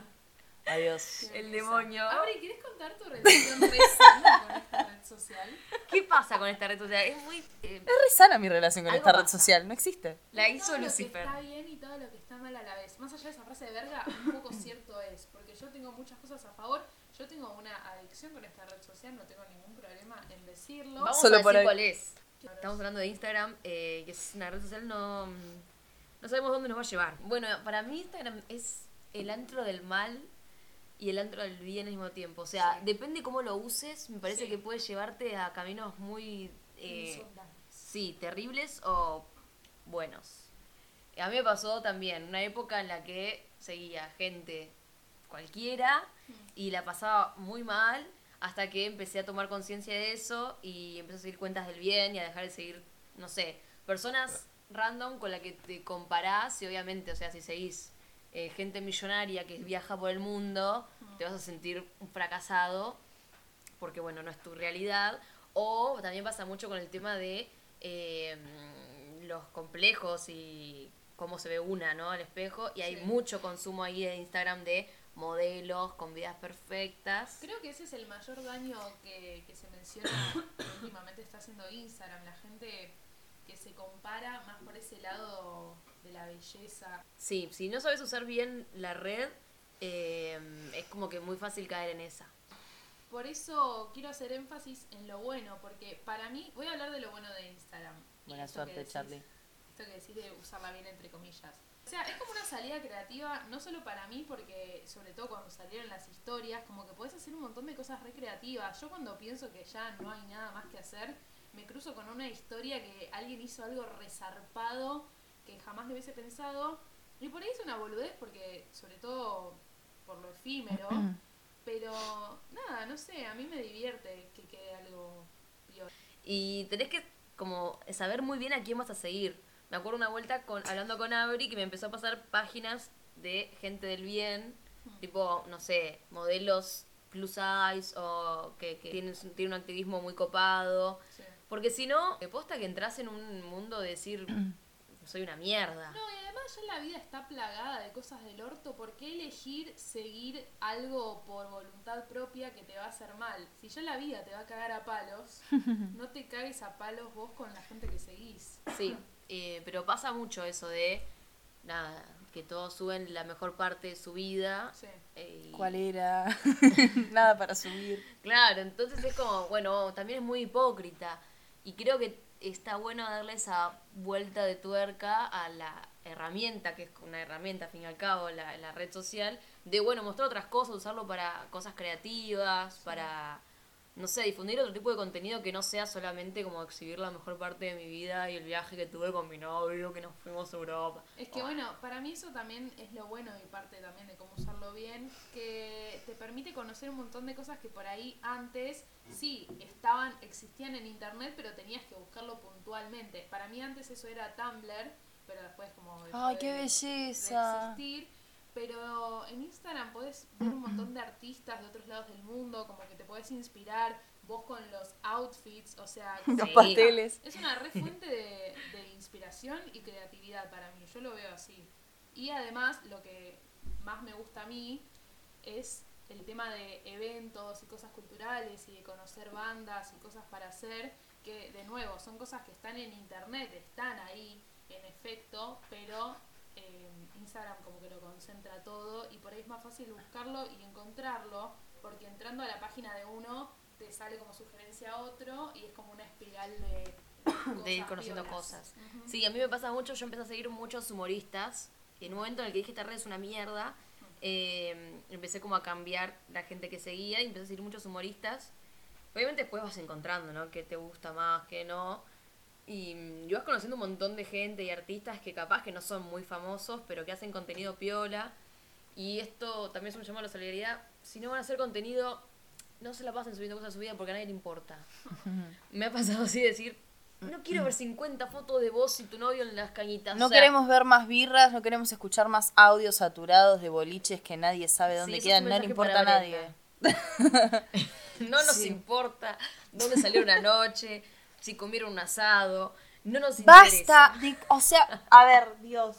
A: Adiós.
C: Qué
B: El
C: risa.
B: demonio.
C: Abri, ¿quieres contar tu relación resana con esta red social?
B: ¿Qué pasa con esta red social? Es muy... eh,
A: Es re sana mi relación con
B: Algo
A: esta red
B: pasa.
A: social, no existe.
B: la
C: Y
B: hizo
C: todo
B: Lucifer.
C: Lo que está bien y todo lo que está mal a la vez. Más allá de esa frase de verga, un poco cierto es. Porque yo tengo muchas cosas a favor. Yo tengo una adicción con esta red social, no tengo ningún problema en decirlo.
B: Vamos
A: Solo
B: a
A: por
B: decir
A: ahí.
B: cuál es. Estamos hablando de Instagram, eh, que es una red social, no, no sabemos dónde nos va a llevar. Bueno, para mí Instagram es el antro del mal y el antro del bien al mismo tiempo. O sea, depende cómo lo uses, me parece
C: Sí.
B: que puede llevarte a caminos muy... eh,
C: Insondables.
B: Sí, terribles o buenos. A mí me pasó también una época en la que seguía gente cualquiera y la pasaba muy mal hasta que empecé a tomar conciencia de eso y empecé a seguir cuentas del bien y a dejar de seguir, no sé, personas random con la que te comparás y obviamente, o sea, si seguís eh, gente millonaria que viaja por el mundo, te vas a sentir un fracasado porque bueno, no es tu realidad. O también pasa mucho con el tema de eh, los complejos y cómo se ve una, ¿no? Al espejo. Y hay
C: Sí.
B: mucho consumo ahí de Instagram de modelos con vidas perfectas.
C: Creo que ese es el mayor daño que, que se menciona que últimamente está haciendo Instagram. La gente que se compara más por ese lado de la belleza.
B: Sí, si no em, sabes usar bien la red, eh, es como que muy fácil caer en esa.
C: Por eso quiero hacer énfasis en lo bueno, porque para mí, voy a hablar de lo bueno de Instagram. y
A: Buena
C: esto que
A: suerte,
C: decís-
A: Charlie.
C: Esto que decís de usarla bien entre comillas. O sea, es como una salida creativa, no solo para mí, porque sobre todo cuando salieron las historias, como que podés hacer un montón de cosas recreativas. Yo cuando pienso que ya no hay nada más que hacer, me cruzo con una historia que alguien hizo algo resarpado que jamás lo hubiese pensado. Y por ahí es una boludez, porque sobre todo por lo efímero. Pero nada, no sé, a mí me divierte que quede algo peor.
B: Y tenés que como saber muy bien a quién vas a seguir. Me acuerdo una vuelta con, hablando con Abri que me empezó a pasar páginas de gente del bien, tipo, no sé, modelos plus size o que, que tienen, tienen un activismo muy copado. Porque si no, te posta que entras en un mundo de decir, soy una mierda.
C: No, y además ya la vida está plagada de cosas del orto. ¿Por qué elegir seguir algo por voluntad propia que te va a hacer mal? Si ya la vida te va a cagar a palos, no te cagues a palos vos con la gente que seguís.
B: Sí, eh, pero pasa mucho eso de, nada, que todos suben la mejor parte de su vida.
C: Sí.
B: eh, y-
A: ¿Cuál era? Nada para subir.
B: Claro, entonces es como, bueno, también es muy hipócrita. Y creo que está bueno darle esa vuelta de tuerca a la herramienta, que es una herramienta, al fin y al cabo, la, la red social, de, bueno, mostrar otras cosas, usarlo para cosas creativas, para, no sé, difundir otro tipo de contenido que no sea solamente como exhibir la mejor parte de mi vida y el viaje que tuve con mi novio, que nos fuimos a Europa.
C: Es que bueno, para mí eso también es lo bueno y parte también de cómo usarlo bien, que te permite conocer un montón de cosas que por ahí antes sí estaban, existían en internet, pero tenías que buscarlo puntualmente. Para mí antes eso era Tumblr, pero después como dejó
A: ¡Ay, qué
C: de- de
A: belleza!
C: existir. Pero en Instagram podés ver un montón de artistas de otros lados del mundo, como que te podés inspirar vos con los outfits, o sea,
A: Los
B: Sí.
A: pasteles.
C: es una re fuente de, de inspiración y creatividad para mí, yo lo veo así. Y además, lo que más me gusta a mí es el tema de eventos y cosas culturales y de conocer bandas y cosas para hacer, que de nuevo son cosas que están en internet, están ahí en efecto, pero eh, Instagram como que lo concentra todo y por ahí es más fácil buscarlo y encontrarlo, porque entrando a la página de uno te sale como sugerencia otro y es como una espiral de...
B: de ir conociendo cosas. Sí, a mí me pasa mucho, yo empecé a seguir muchos humoristas. En un momento en el que dije esta red es una mierda, eh, empecé como a cambiar la gente que seguía y empecé a seguir muchos humoristas. Obviamente después vas encontrando, ¿no? Qué te gusta más, qué no. Y mm, yo vas conociendo un montón de gente y artistas que capaz que no son muy famosos, pero que hacen contenido piola. Y esto también es un llamado a la solidaridad. Si no van a hacer contenido, no se la pasen subiendo cosas a su vida porque a nadie le importa. Me ha pasado así decir, no quiero ver 50 fotos de vos y tu novio en las cañitas.
A: No
B: o sea,
A: queremos ver más birras, no queremos escuchar más audios saturados de boliches que nadie sabe dónde
B: Sí, eso es
A: quedan,
B: un
A: no le
B: mensaje
A: importa a
B: para
A: nadie.
B: Brenda. No nos
A: Sí.
B: importa dónde salieron anoche, si comieron un asado. No nos interesa.
A: ¡Basta! de- o sea, a ver, Dios.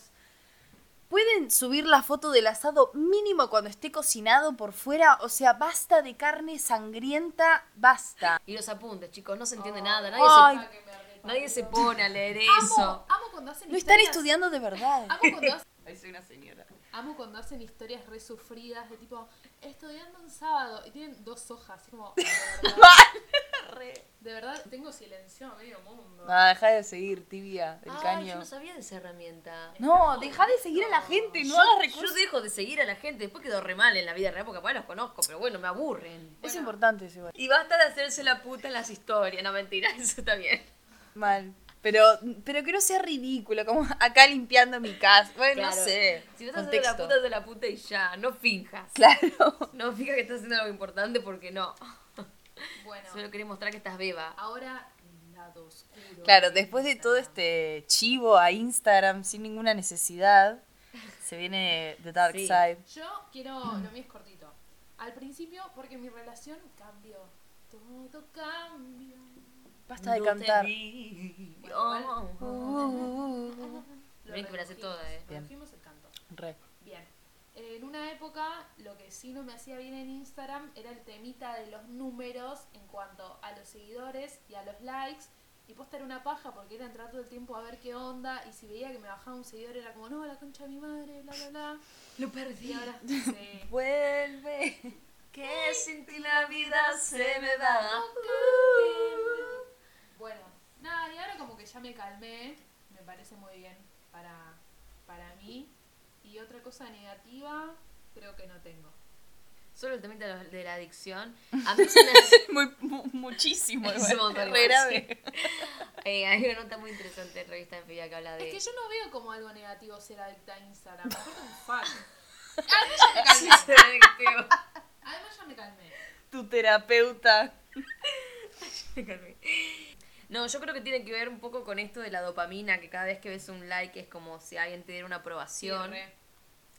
A: ¿Pueden subir la foto del asado mínimo cuando esté cocinado por fuera? O sea, basta de carne sangrienta, basta.
B: Y los apuntes, chicos, no se entiende nada. Nadie,
A: Ay,
B: se, nadie se pone a leer eso.
C: Amo, amo cuando hacen
A: no están
C: historias-
A: estudiando de verdad.
C: Amo cuando hacen
D: Ahí soy una señora.
C: Amo cuando hacen historias re sufridas de tipo, estudiando un sábado y tienen dos hojas, así como, de verdad, de verdad, tengo silencio a medio mundo.
A: Ah, deja de seguir, tibia, el
B: Ay, yo
A: caño.
B: no sabía de esa herramienta.
A: No, deja de seguir a la gente, no hagas
B: Yo
A: recursos.
B: dejo de seguir a la gente, después quedo re mal en la vida real porque capaz los conozco, pero bueno, me aburren.
A: Es importante eso igual.
B: Y basta de hacerse la puta en las historias, no mentira, eso está bien.
A: Mal. Pero, pero que no sea ridículo, como acá limpiando mi casa. Bueno, no
B: Claro.
A: sé.
B: Si vas a hacer la
A: contexto.
B: puta, de la puta y ya, no finjas.
A: Claro.
B: No finjas que estás haciendo algo importante porque no.
C: Bueno,
B: Solo querés mostrar que estás beba.
C: ahora lado oscuro.
A: Claro, después de todo este chivo a Instagram sin ninguna necesidad, se viene The Dark
B: Sí.
A: Side.
C: Yo quiero, lo mío es cortito. Al principio, porque mi relación cambió. Todo cambió.
A: Basta de
B: No te Oh.
A: cantar.
D: vi.
C: Bueno, igual,
A: Uh, uh, uh, uh.
C: lo
B: Ven que me la sé
C: redujimos,
B: toda, eh.
A: Bien.
C: redujimos el canto.
A: Re.
C: Bien. En una época, lo que sí no me hacía bien en Instagram era el temita de los números en cuanto a los seguidores y a los likes. Y posta era una paja porque era entrar todo el tiempo a ver qué onda. Y si veía que me bajaba un seguidor, era como, no, la concha de mi madre, bla, bla, bla.
B: Lo
C: Y
B: perdí.
C: ahora, sí.
A: Vuelve.
B: Que sin ti la vida se me va.
C: Bueno, nada, y ahora como que ya me calmé, me parece muy bien para, para mí. Y otra cosa negativa, creo que no tengo.
B: Solo el tema de, los- de la adicción. A mí se me hace-
A: Muy, mu- muchísimo.
B: Es un
A: igual.
B: montón,
A: Re grave.
B: Eh, hay una nota muy interesante en revista Enfibia que habla de.
C: Es que yo no veo como algo negativo ser adicta a Instagram, me importa un fallo. Además ya me calmé, además ya me calmé.
A: Tu terapeuta.
B: No, yo creo que tiene que ver un poco con esto de la dopamina, que cada vez que ves un like es como si alguien te diera una aprobación.
C: Cierre.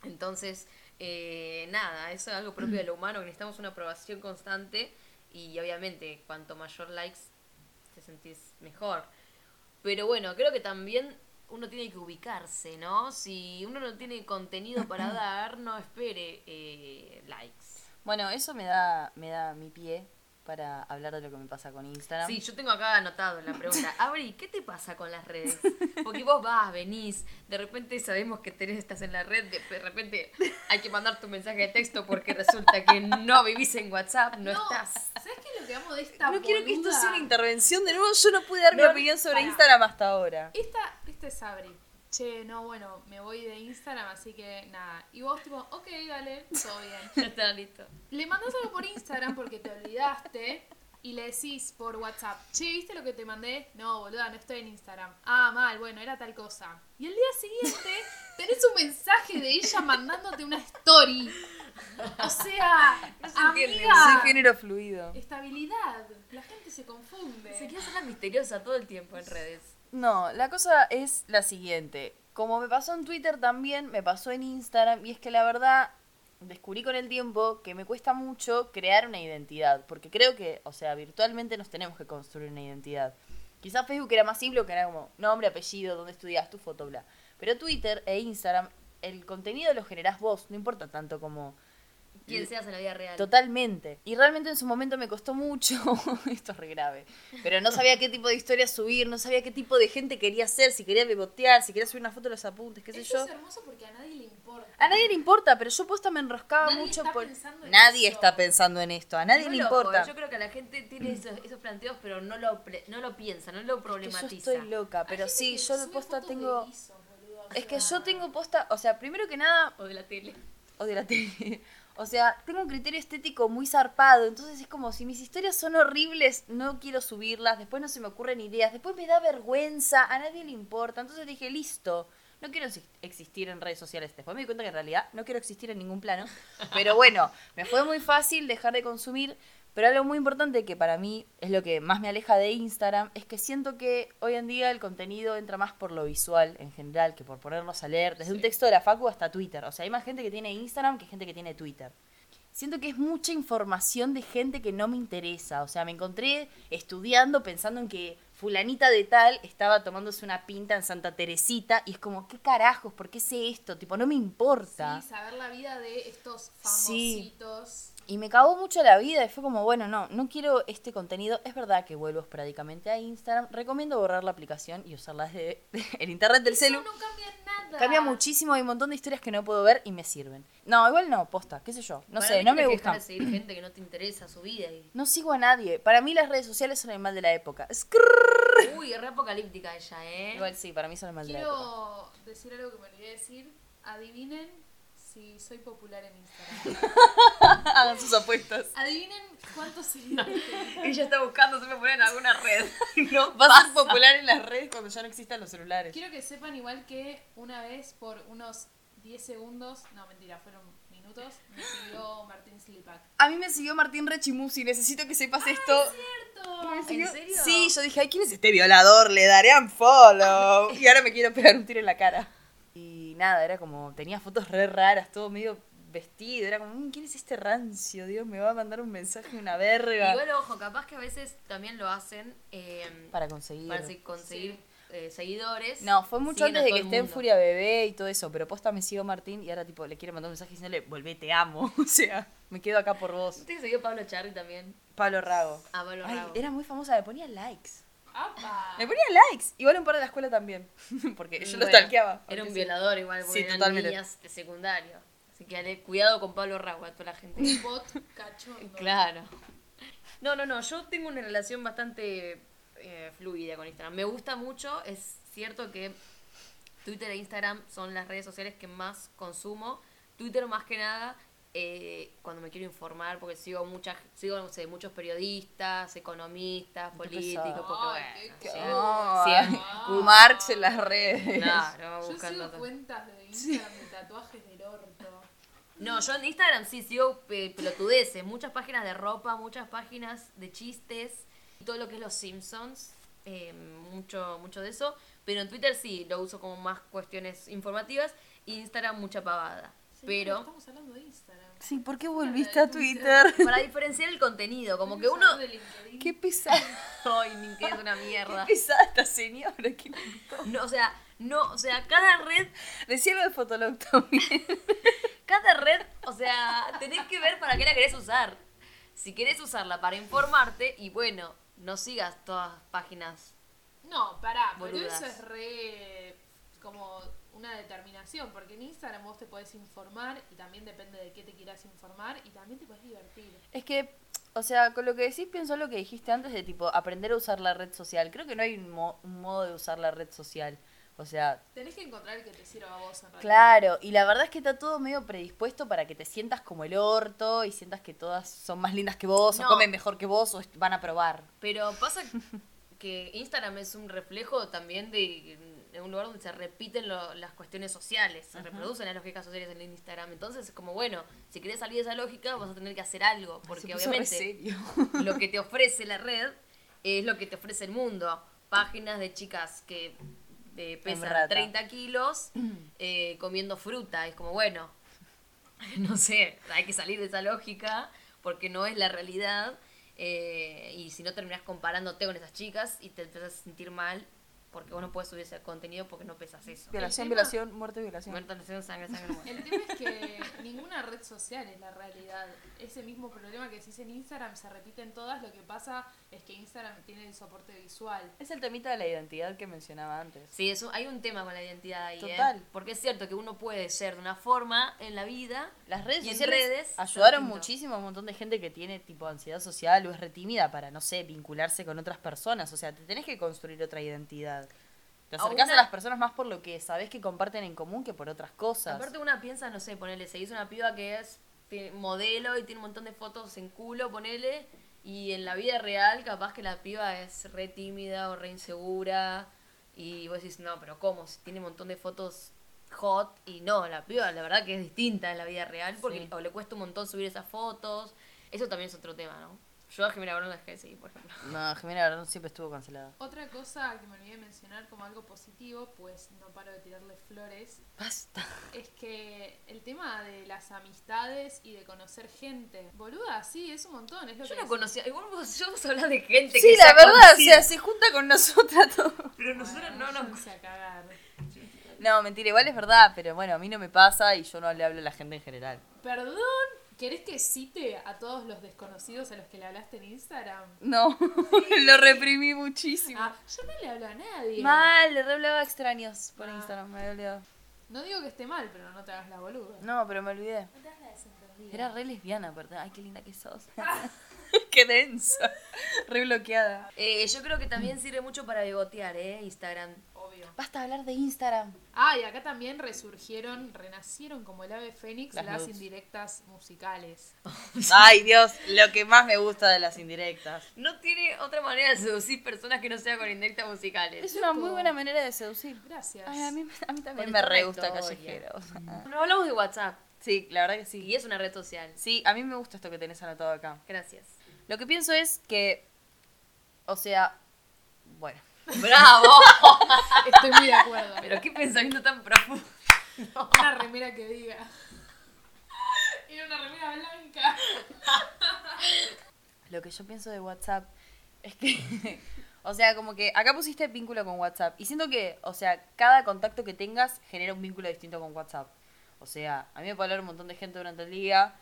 B: Entonces, eh, nada, eso es algo propio de lo humano, que necesitamos una aprobación constante y obviamente cuanto mayor likes te sentís mejor. Pero bueno, creo que también uno tiene que ubicarse, ¿no? Si uno no tiene contenido para dar, no espere eh, likes.
A: Bueno, eso me da, me da mi pie para hablar de lo que me pasa con Instagram.
B: Sí, yo tengo acá anotado la pregunta. Abri, ¿qué te pasa con las redes? Porque vos vas, venís, de repente sabemos que tenés, estás en la red, de, de repente hay que mandar tu mensaje de texto porque resulta que no vivís en WhatsApp, no, estás.
C: ¿Sabes qué es lo que amo de esta
A: no quiero que esto
C: boluda?
A: sea una intervención de nuevo. Yo no pude dar mi
C: No,
A: opinión sobre
C: pará.
A: Instagram hasta ahora.
C: Esta, esta es Abri. Che, no, bueno, me voy de Instagram, así que nada. Y vos tipo, ok, dale, todo bien.
B: Ya está listo.
C: Le mandás algo por Instagram porque te olvidaste y le decís por WhatsApp, che, ¿viste lo que te mandé? No, boluda, no estoy en Instagram. Ah, mal, bueno, era tal cosa. Y el día siguiente tenés un mensaje de ella mandándote una story. O sea,
B: se entiende,
C: amiga,
A: Soy género fluido.
C: estabilidad. La gente se confunde.
B: Se quiere hacer la misteriosa todo el tiempo en redes.
A: No, la cosa es la siguiente. Como me pasó en Twitter también, me pasó en Instagram. Y es que la verdad, descubrí con el tiempo que me cuesta mucho crear una identidad. Porque creo que, o sea, virtualmente nos tenemos que construir una identidad. Quizás Facebook era más simple, que era como nombre, apellido, dónde estudias, tu foto, bla. Pero Twitter e Instagram, el contenido lo generás vos. No importa tanto como
B: Quien seas en la vida real.
A: Totalmente. Y realmente en su momento me costó mucho. Esto es re grave. Pero no sabía qué tipo de historia subir, no sabía qué tipo de gente quería ser, si quería bebotear, si quería subir una foto de los apuntes, qué sé
C: Eso
A: yo. Ah,
C: es hermoso porque a nadie le importa.
A: A nadie le importa, pero yo posta me enroscaba
C: Nadie
A: mucho
C: está
A: por.
C: pensando en
A: Nadie
C: eso.
A: está pensando en esto, a nadie
B: No
A: le
B: lo-
A: importa.
B: Yo creo que la gente tiene esos, esos planteos, pero no lo, pre- no lo piensa, no lo
A: Es que yo
B: problematiza.
A: estoy loca,
C: Hay
A: pero
C: gente
A: sí,
C: que
A: yo de
C: sube
A: posta
C: fotos de
A: tengo.
C: guisos, boludo, o
A: Es que
C: sea,
A: yo tengo posta, o sea, primero que nada,
B: O de la tele.
A: o de la tele. O sea, tengo un criterio estético muy zarpado, entonces es como si mis historias son horribles, no quiero subirlas, después no se me ocurren ideas, después me da vergüenza, a nadie le importa, entonces dije, listo, no quiero exis- existir en redes sociales, después me di cuenta que en realidad no quiero existir en ningún plano, pero bueno, me fue muy fácil dejar de consumir, pero algo muy importante que para mí es lo que más me aleja de Instagram, es que siento que hoy en día el contenido entra más por lo visual en general que por ponernos a leer, desde un texto de la Facu hasta Twitter. O sea, hay más gente que tiene Instagram que gente que tiene Twitter. Siento que es mucha información de gente que no me interesa. O sea, me encontré estudiando pensando en que fulanita de tal estaba tomándose una pinta en Santa Teresita y es como, ¿qué carajos? ¿Por qué sé esto? Tipo, no me importa.
C: Sí, saber la vida de estos
A: Sí.
C: famositos.
A: Y me cagó mucho la vida y fue como, bueno, no, no quiero este contenido. Es verdad que vuelvo prácticamente a Instagram. Recomiendo borrar la aplicación y usarla desde el internet del celu.
C: No cambia nada.
A: Cambia muchísimo, hay un montón de historias que no puedo ver y me sirven. No, igual no, posta, qué sé yo. No
B: Para
A: sé,
B: mí
A: no
B: tenés
A: me
B: que dejar
A: gustan.
B: de seguir gente que no te interesa su vida y
A: No sigo a nadie. Para mí las redes sociales son el mal de la época.
B: Uy, es re apocalíptica ella, ¿eh?
A: Igual sí, para mí son el mal de la época.
C: Quiero decir algo que me olvidé decir. Adivinen si soy popular en Instagram.
A: Hagan sus apuestas.
C: Adivinen cuántos seguidores tengo.
B: Ella está buscando, se me pone en alguna red.
A: No, va a ser popular en las redes cuando ya no existan los celulares.
C: Quiero que sepan igual que una vez por unos 10 segundos, no mentira, fueron minutos, me siguió Martín Slipak.
A: A mí me siguió Martín Rechimusi, necesito que sepas esto.
C: ¡Cierto!
A: Siguió-
B: serio?
A: Sí, yo dije, ay, ¿quién es este violador? Le daré un follow. Y ahora me quiero pegar un tiro en la cara. Y nada, era como, tenía fotos re raras, todo medio vestido. Era como, "Mm, ¿quién es este rancio? Dios, me va a mandar un mensaje, una verga.
B: Igual, ojo, capaz que a veces también lo hacen eh,
A: para conseguir.
B: para se- conseguir eh, seguidores.
A: No, fue mucho
B: Siguen a
A: antes de
B: todo
A: que
B: el
A: esté en
B: mundo.
A: Furia Bebé y todo eso, pero posta me siguió Martín y ahora tipo le quiero mandar un mensaje diciéndole, volvé, te amo. O sea, me quedo acá por vos.
B: ¿Usted siguió Pablo Charri también?
A: Pablo Rago.
B: Ah, Pablo
A: Ay,
B: Rago.
A: era muy famosa, me ponía likes.
C: ¡Apa!
A: Me ponía likes. Igual un par de la escuela también. Porque
B: Bueno,
A: yo lo stalkeaba.
B: Era
A: aunque
B: un
A: sí.
B: violador igual, porque
A: Sí,
B: eran
A: totalmente.
B: niñas de secundario. Así que Ale, cuidado con Pablo Raguat, toda la gente.
C: Un bot cachondo.
B: claro. No, no, no, yo tengo una relación bastante eh, fluida con Instagram. Me gusta mucho, es cierto que Twitter e Instagram son las redes sociales que más consumo. Twitter más que nada eh, cuando me quiero informar, porque sigo muchas, sigo no sé, muchos periodistas, economistas, políticos,
A: pesado.
B: porque bueno,
C: Ay, qué
B: o sea,
A: No,
B: sí,
A: ay, Marx en las redes.
B: claro,
C: Yo
B: buscando
C: sigo
B: todo.
C: cuentas de Instagram de tatuajes del orto.
B: No, yo en Instagram sí sigo pe- pelotudeces, muchas páginas de ropa, muchas páginas de chistes, todo lo que es los Simpsons, eh, mucho, mucho de eso. Pero en Twitter sí, lo uso como más cuestiones informativas. y Instagram mucha pavada.
C: Señora,
B: Pero
C: Estamos hablando de Instagram.
A: Sí, ¿por qué volviste a Twitter?
B: para diferenciar el contenido, como que uno...
C: De LinkedIn.
A: Qué pesada.
B: Ay, LinkedIn es una
A: Qué
B: mierda.
A: pesada esta señora. qué-
B: No, o sea, no, o sea, cada red
A: Decía lo de Fotolog también.
B: Cada red, o sea, tenés que ver para qué la querés usar. Si querés usarla para informarte, y bueno, no sigas todas las páginas.
C: No, pará, pero
B: Boludas.
C: eso es re como una determinación, porque en Instagram vos te podés informar y también depende de qué te quieras informar y también te podés divertir.
A: Es que, o sea, con lo que decís pienso lo que dijiste antes de tipo aprender a usar la red social. Creo que no hay un, mo- un modo de usar la red social. O sea,
C: Tenés que encontrar el que te sirva a vos en realidad.
A: claro, y la verdad es que está todo medio predispuesto para que te sientas como el orto y sientas que todas son más lindas que vos,
B: No.
A: o comen mejor que vos, o est- van a probar.
B: Pero pasa que Instagram es un reflejo también de, de un lugar donde se repiten lo- las cuestiones sociales, se reproducen las lógicas sociales en Instagram. Entonces, como bueno, si querés salir de esa lógica, vas a tener que hacer algo, porque obviamente lo que te ofrece la red es lo que te ofrece el mundo. Páginas de chicas que eh, pesan
A: rata.
B: 30 kilos eh, comiendo fruta. Es como, bueno, no sé, hay que salir de esa lógica porque no es la realidad. eh, y si no terminás comparándote con esas chicas y te empezás a sentir mal porque vos no puedes subir ese contenido porque no pesas eso.
A: Violación,
C: El tema-
A: violación, muerte, violación.
B: Muerto, nacido, sangre, sangre, muerte.
C: El tema es que ninguna red social es la realidad. Ese mismo problema que decís en Instagram se repite en todas. Lo que pasa es que Instagram tiene el soporte visual.
A: Es el temita de la identidad que mencionaba antes.
B: Sí, eso, hay un tema con la identidad ahí. ¿eh?
A: Total.
B: Porque es cierto que uno puede ser de una forma en la vida
A: Las redes
B: Y en
A: sociales
B: redes,
A: ayudaron
B: distinto.
A: muchísimo a un montón de gente que tiene tipo ansiedad social o es retímida para, no sé, vincularse con otras personas. O sea, te tenés que construir otra identidad. Te
B: A
A: acercás a,
B: una-
A: las personas más por lo que sabés que comparten en común que por otras cosas.
B: Aparte una piensa, no sé, ponele, se hizo una piba que es tiene- modelo y tiene un montón de fotos en culo, ponele, y en la vida real capaz que la piba es re tímida o re insegura, y vos decís, no, pero ¿cómo? Si tiene un montón de fotos hot, y no, la piba la verdad que es distinta en la vida real, porque
A: Sí.
B: o le cuesta un montón subir esas fotos, eso también es otro tema, ¿no? Yo a Jimena Barón la dejé de seguir, por ejemplo.
A: No, Jimena Barón siempre estuvo cancelada.
C: Otra cosa que me olvidé de mencionar como algo positivo, pues no paro de tirarle flores,
A: Basta.
C: es que el tema de las amistades y de conocer gente. Boluda, sí, es un montón. Es lo
B: Yo
C: que
B: no
C: decís.
B: conocía, igual vos, yo vos hablas de gente
A: Sí,
B: que
A: la
B: sea
A: verdad, o
B: conocida.
A: sea, se junta con nosotras todo.
D: Pero nosotros
C: Bueno,
D: no
C: yo
D: nos
C: empecé a cagar.
A: No, mentira, igual es verdad, pero bueno, a mí no me pasa y yo no le hablo a la gente en general.
C: Perdón, ¿querés que cite a todos los desconocidos a los que le hablaste en Instagram?
A: No, lo reprimí muchísimo.
C: Ah, yo no le hablo a nadie.
A: Mal, le re hablaba extraños por
C: Ah.
A: Instagram, me había olvidado.
C: No digo que esté mal, pero no te hagas la boluda.
A: No, pero me olvidé.
C: No te hagas la desentendida.
A: Era re lesbiana, ¿verdad? Ay, qué linda que sos. qué densa. Re bloqueada.
B: Eh, yo creo que también sirve mucho para bigotear, ¿eh? Instagram.
C: Obvio.
A: Basta de hablar de Instagram.
C: Ah, y acá también resurgieron, renacieron como el ave fénix
A: Las
C: las,
A: nudes.
C: indirectas musicales.
A: Ay, Dios, lo que más me gusta de las indirectas.
B: No tiene otra manera de seducir personas que no sea con indirectas musicales.
A: Es una muy buena manera de seducir.
C: Gracias.
A: Ay, a mí, a mí también
B: Con
A: me
B: esta
A: re gusta
B: historia.
A: Callejeros.
B: No hablamos de WhatsApp.
A: Sí, la verdad que sí.
B: Y es una red social.
A: Sí, a mí me gusta esto que tenés anotado acá.
B: Gracias.
A: Lo que pienso es que, o sea, bueno.
B: ¡Bravo!
C: Estoy muy de acuerdo.
B: Pero qué pensamiento tan profundo.
C: Una remera que diga. Era una remera blanca.
A: Lo que yo pienso de WhatsApp es que, o sea, como que acá pusiste vínculo con WhatsApp y siento que, o sea, cada contacto que tengas genera un vínculo distinto con WhatsApp. O sea, a mí me puede hablar un montón de gente durante el día,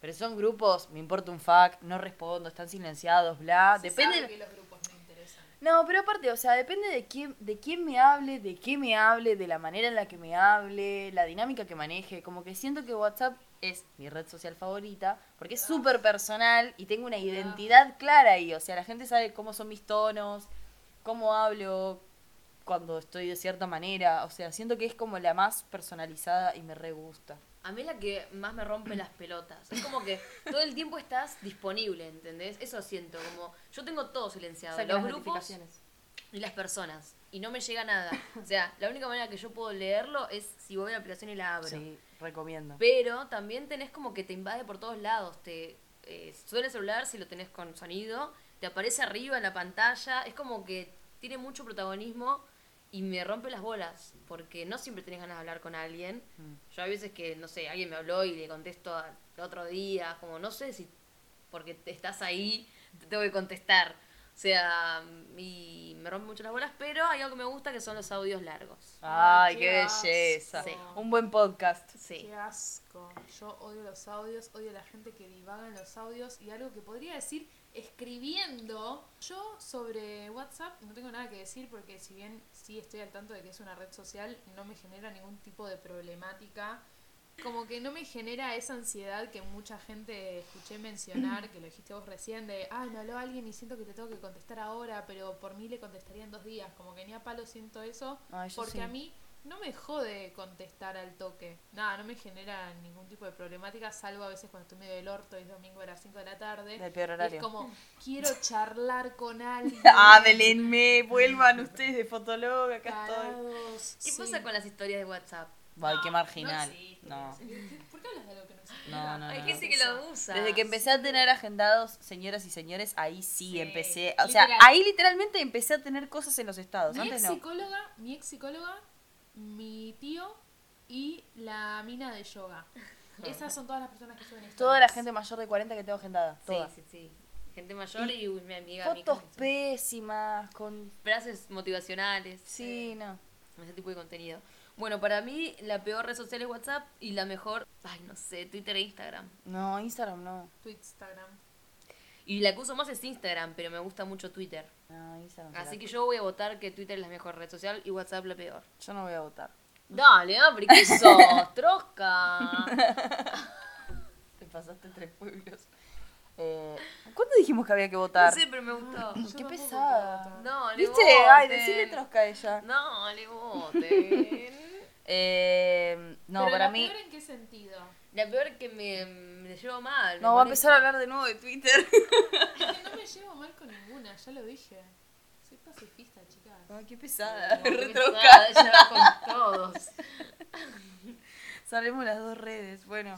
A: pero son grupos, me importa un fuck, no respondo, están silenciados, bla.
C: Se
A: Depende.
C: sabe que los grupos me interesan.
A: No, pero aparte, o sea, depende de quién, de quién me hable, de qué me hable, de la manera en la que me hable, la dinámica que maneje. Como que siento que WhatsApp es mi red social favorita, porque es súper personal y tengo una identidad clara ahí. O sea, la gente sabe cómo son mis tonos, cómo hablo, cuando estoy de cierta manera. O sea, siento que es como la más personalizada y me re gusta.
B: A mí es la que más me rompe las pelotas. Es como que todo el tiempo estás disponible, ¿entendés? Eso siento, como yo tengo todo silenciado,
A: Saca
B: los
A: las
B: grupos
A: notificaciones.
B: y las personas, y no me llega nada. O sea, la única manera que yo puedo leerlo es si voy a la aplicación y la abro.
A: Sí, recomiendo.
B: Pero también tenés como que te invade por todos lados. Te eh, suena el celular si lo tenés con sonido, te aparece arriba en la pantalla. Es como que tiene mucho protagonismo y me rompe las bolas. Porque no siempre tenés ganas de hablar con alguien. Yo hay veces que, no sé, alguien me habló y le contesto al otro día. Como no sé si porque te- estás ahí te tengo que contestar. O sea, y me rompe mucho las bolas, pero hay algo que me gusta que son los audios largos.
A: Ay, qué
C: Ay, qué
A: belleza.
B: asco.
A: Un buen podcast.
B: Sí.
C: Qué asco. Yo odio los audios, odio la gente que divaga en los audios y algo que podría decir escribiendo. Yo sobre WhatsApp no tengo nada que decir porque si bien sí estoy al tanto de que es una red social, no me genera ningún tipo de problemática. Como que no me genera esa ansiedad que mucha gente escuché mencionar, que lo dijiste vos recién, de, ah, me habló alguien y siento que te tengo que contestar ahora, pero por mí le contestaría en dos días. Como que ni a palo siento eso.
A: Ay, yo
C: Porque
A: sí.
C: a mí no me jode contestar al toque. Nada, no me genera ningún tipo de problemática, salvo a veces cuando estoy medio del orto y es domingo a las 5 de la tarde.
A: Del peor
C: Y
A: horario.
C: es como, quiero charlar con alguien.
A: Háblenme, Ah, vuelvan ustedes de Fotolog, acá estoy.
C: Tarados,
B: ¿Qué
C: sí.
B: pasa con las historias de WhatsApp?
A: Ay, qué marginal.
E: no existe,
A: No,
E: no
C: ¿Por qué hablas de lo que no sé?
A: no, no.
B: Hay
A: no.
B: gente que lo usa.
A: Desde que empecé a tener agendados, señoras y señores, ahí sí,
E: Sí,
A: empecé. O sea,
C: literal.
A: ahí literalmente empecé a tener cosas en los estados.
C: Mi ex
A: Antes no.
C: psicóloga, mi ex psicóloga, mi tío y la mina de yoga. Esas son todas las personas que suben
A: Toda la
C: historias.
A: gente mayor de 40 que tengo agendada.
B: Sí,
A: Toda.
B: sí, sí. Gente mayor y, uy, mi amiga. mi
A: Fotos
B: condición.
A: pésimas, con.
B: Frases motivacionales.
A: Sí, no.
B: Ese tipo de contenido. Bueno, para mí la peor red social es WhatsApp y la mejor, ay, no sé, Twitter e Instagram.
A: No, Instagram no.
C: Tu Instagram.
B: Y la que uso más es Instagram, pero me gusta mucho Twitter.
A: No, Instagram.
B: Así
A: será.
B: que yo voy a votar que Twitter es la mejor red social y WhatsApp la peor.
A: Yo no voy a votar.
B: Dale, Apri, ¿qué sos? Trosca.
A: Te pasaste tres pueblos. Eh, ¿Cuándo dijimos que había que
B: No
A: votar?
B: sé, pero me gustó.
C: Yo
A: Qué
C: tampoco
A: pesada.
C: quiero votar.
B: No, le
A: ¿Viste?
B: voten.
A: Ay, decirle trosca a ella.
B: No, le voten.
A: Eh, no,
C: Pero
A: para
C: la
A: mí.
C: peor en qué sentido?
B: La peor que me, me llevo mal. me
A: No, va a
B: molesta.
A: empezar a hablar de nuevo de Twitter.
C: Es que no me llevo mal con ninguna, ya lo dije. Soy pacifista, chicas.
A: Ay, qué pesada.
B: No, qué
A: Retrosca.
B: pesada, ya va con todos.
A: Salimos las dos redes. Bueno.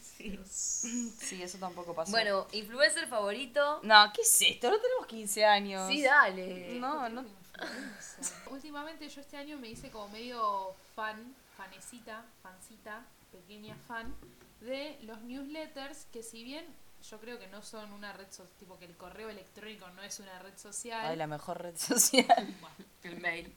A: Sí. eso tampoco pasó.
B: Bueno, influencer favorito.
A: No, ¿qué es esto? No tenemos 15 años.
B: Sí, dale.
A: No, no.
C: Influenza. Últimamente yo este año me hice como medio fan, fanecita, fancita, pequeña fan, de los newsletters que si bien yo creo que no son una red social, tipo que el correo electrónico no es una red social.
A: Ay, la mejor red social.
C: Bueno,
B: El mail.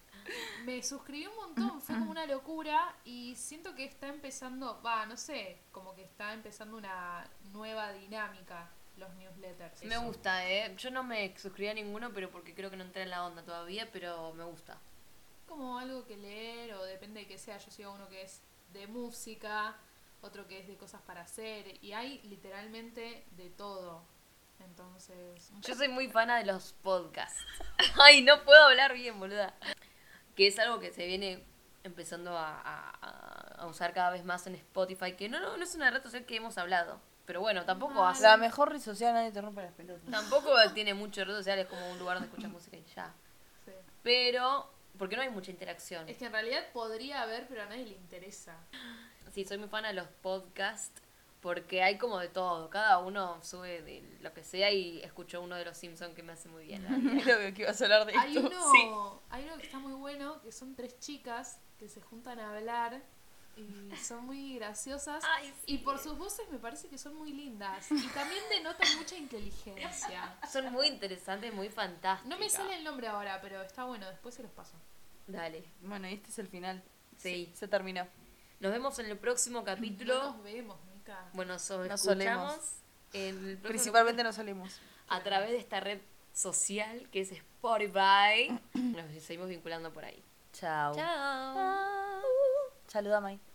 C: Me suscribí un montón, fue como una locura y siento que está empezando, va, no sé, como que está empezando una nueva dinámica los newsletters.
B: Me gusta, eh. Yo no me suscribí a ninguno, pero porque creo que no entré en la onda todavía, pero me gusta.
C: Como algo que leer o depende de qué sea, yo sigo uno que es de música, otro que es de cosas para hacer y hay literalmente de todo. Entonces,
B: Yo soy muy fana de los podcasts. Ay, no puedo hablar bien, boluda. Que es algo que se viene empezando a, a- a usar cada vez más en Spotify, que no, no, no es una red social que hemos hablado. Pero bueno, tampoco
C: Mal.
B: hace-
A: La mejor red social, nadie te rompe las pelotas.
B: tampoco tiene mucho redes sociales como un lugar donde escuchas música y ya.
C: sí.
B: Pero, porque no hay mucha interacción.
C: es que en realidad podría haber, pero a nadie le interesa.
B: Sí, soy muy fan de los podcasts porque hay como de todo. Cada uno sube de lo que sea y escucho uno de los Simpsons que me hace muy bien. la verdad.
A: Lo que ibas a hablar de esto.
C: Hay uno,
A: Sí.
C: hay uno que está muy bueno, que son tres chicas que se juntan a hablar y son muy graciosas.
B: Ay, Ah, sí.
C: Y por sus voces me parece que son muy lindas. Y también denotan mucha inteligencia.
B: Son muy interesantes, muy fantásticos.
C: No me sale el nombre ahora, pero está bueno, después se los paso.
B: Dale.
A: Bueno, y este es el final.
B: Sí.
A: Se terminó.
B: Nos vemos en el próximo
C: No
B: capítulo.
C: nos vemos, Mica.
B: Bueno, so,
A: No
B: escuchamos
A: solemos.
B: en el próximo
A: Principalmente no salimos.
B: capítulo a través de esta red social que es Spotify. Nos seguimos vinculando por ahí.
A: Chao.
B: Chao.
A: Saluda, May.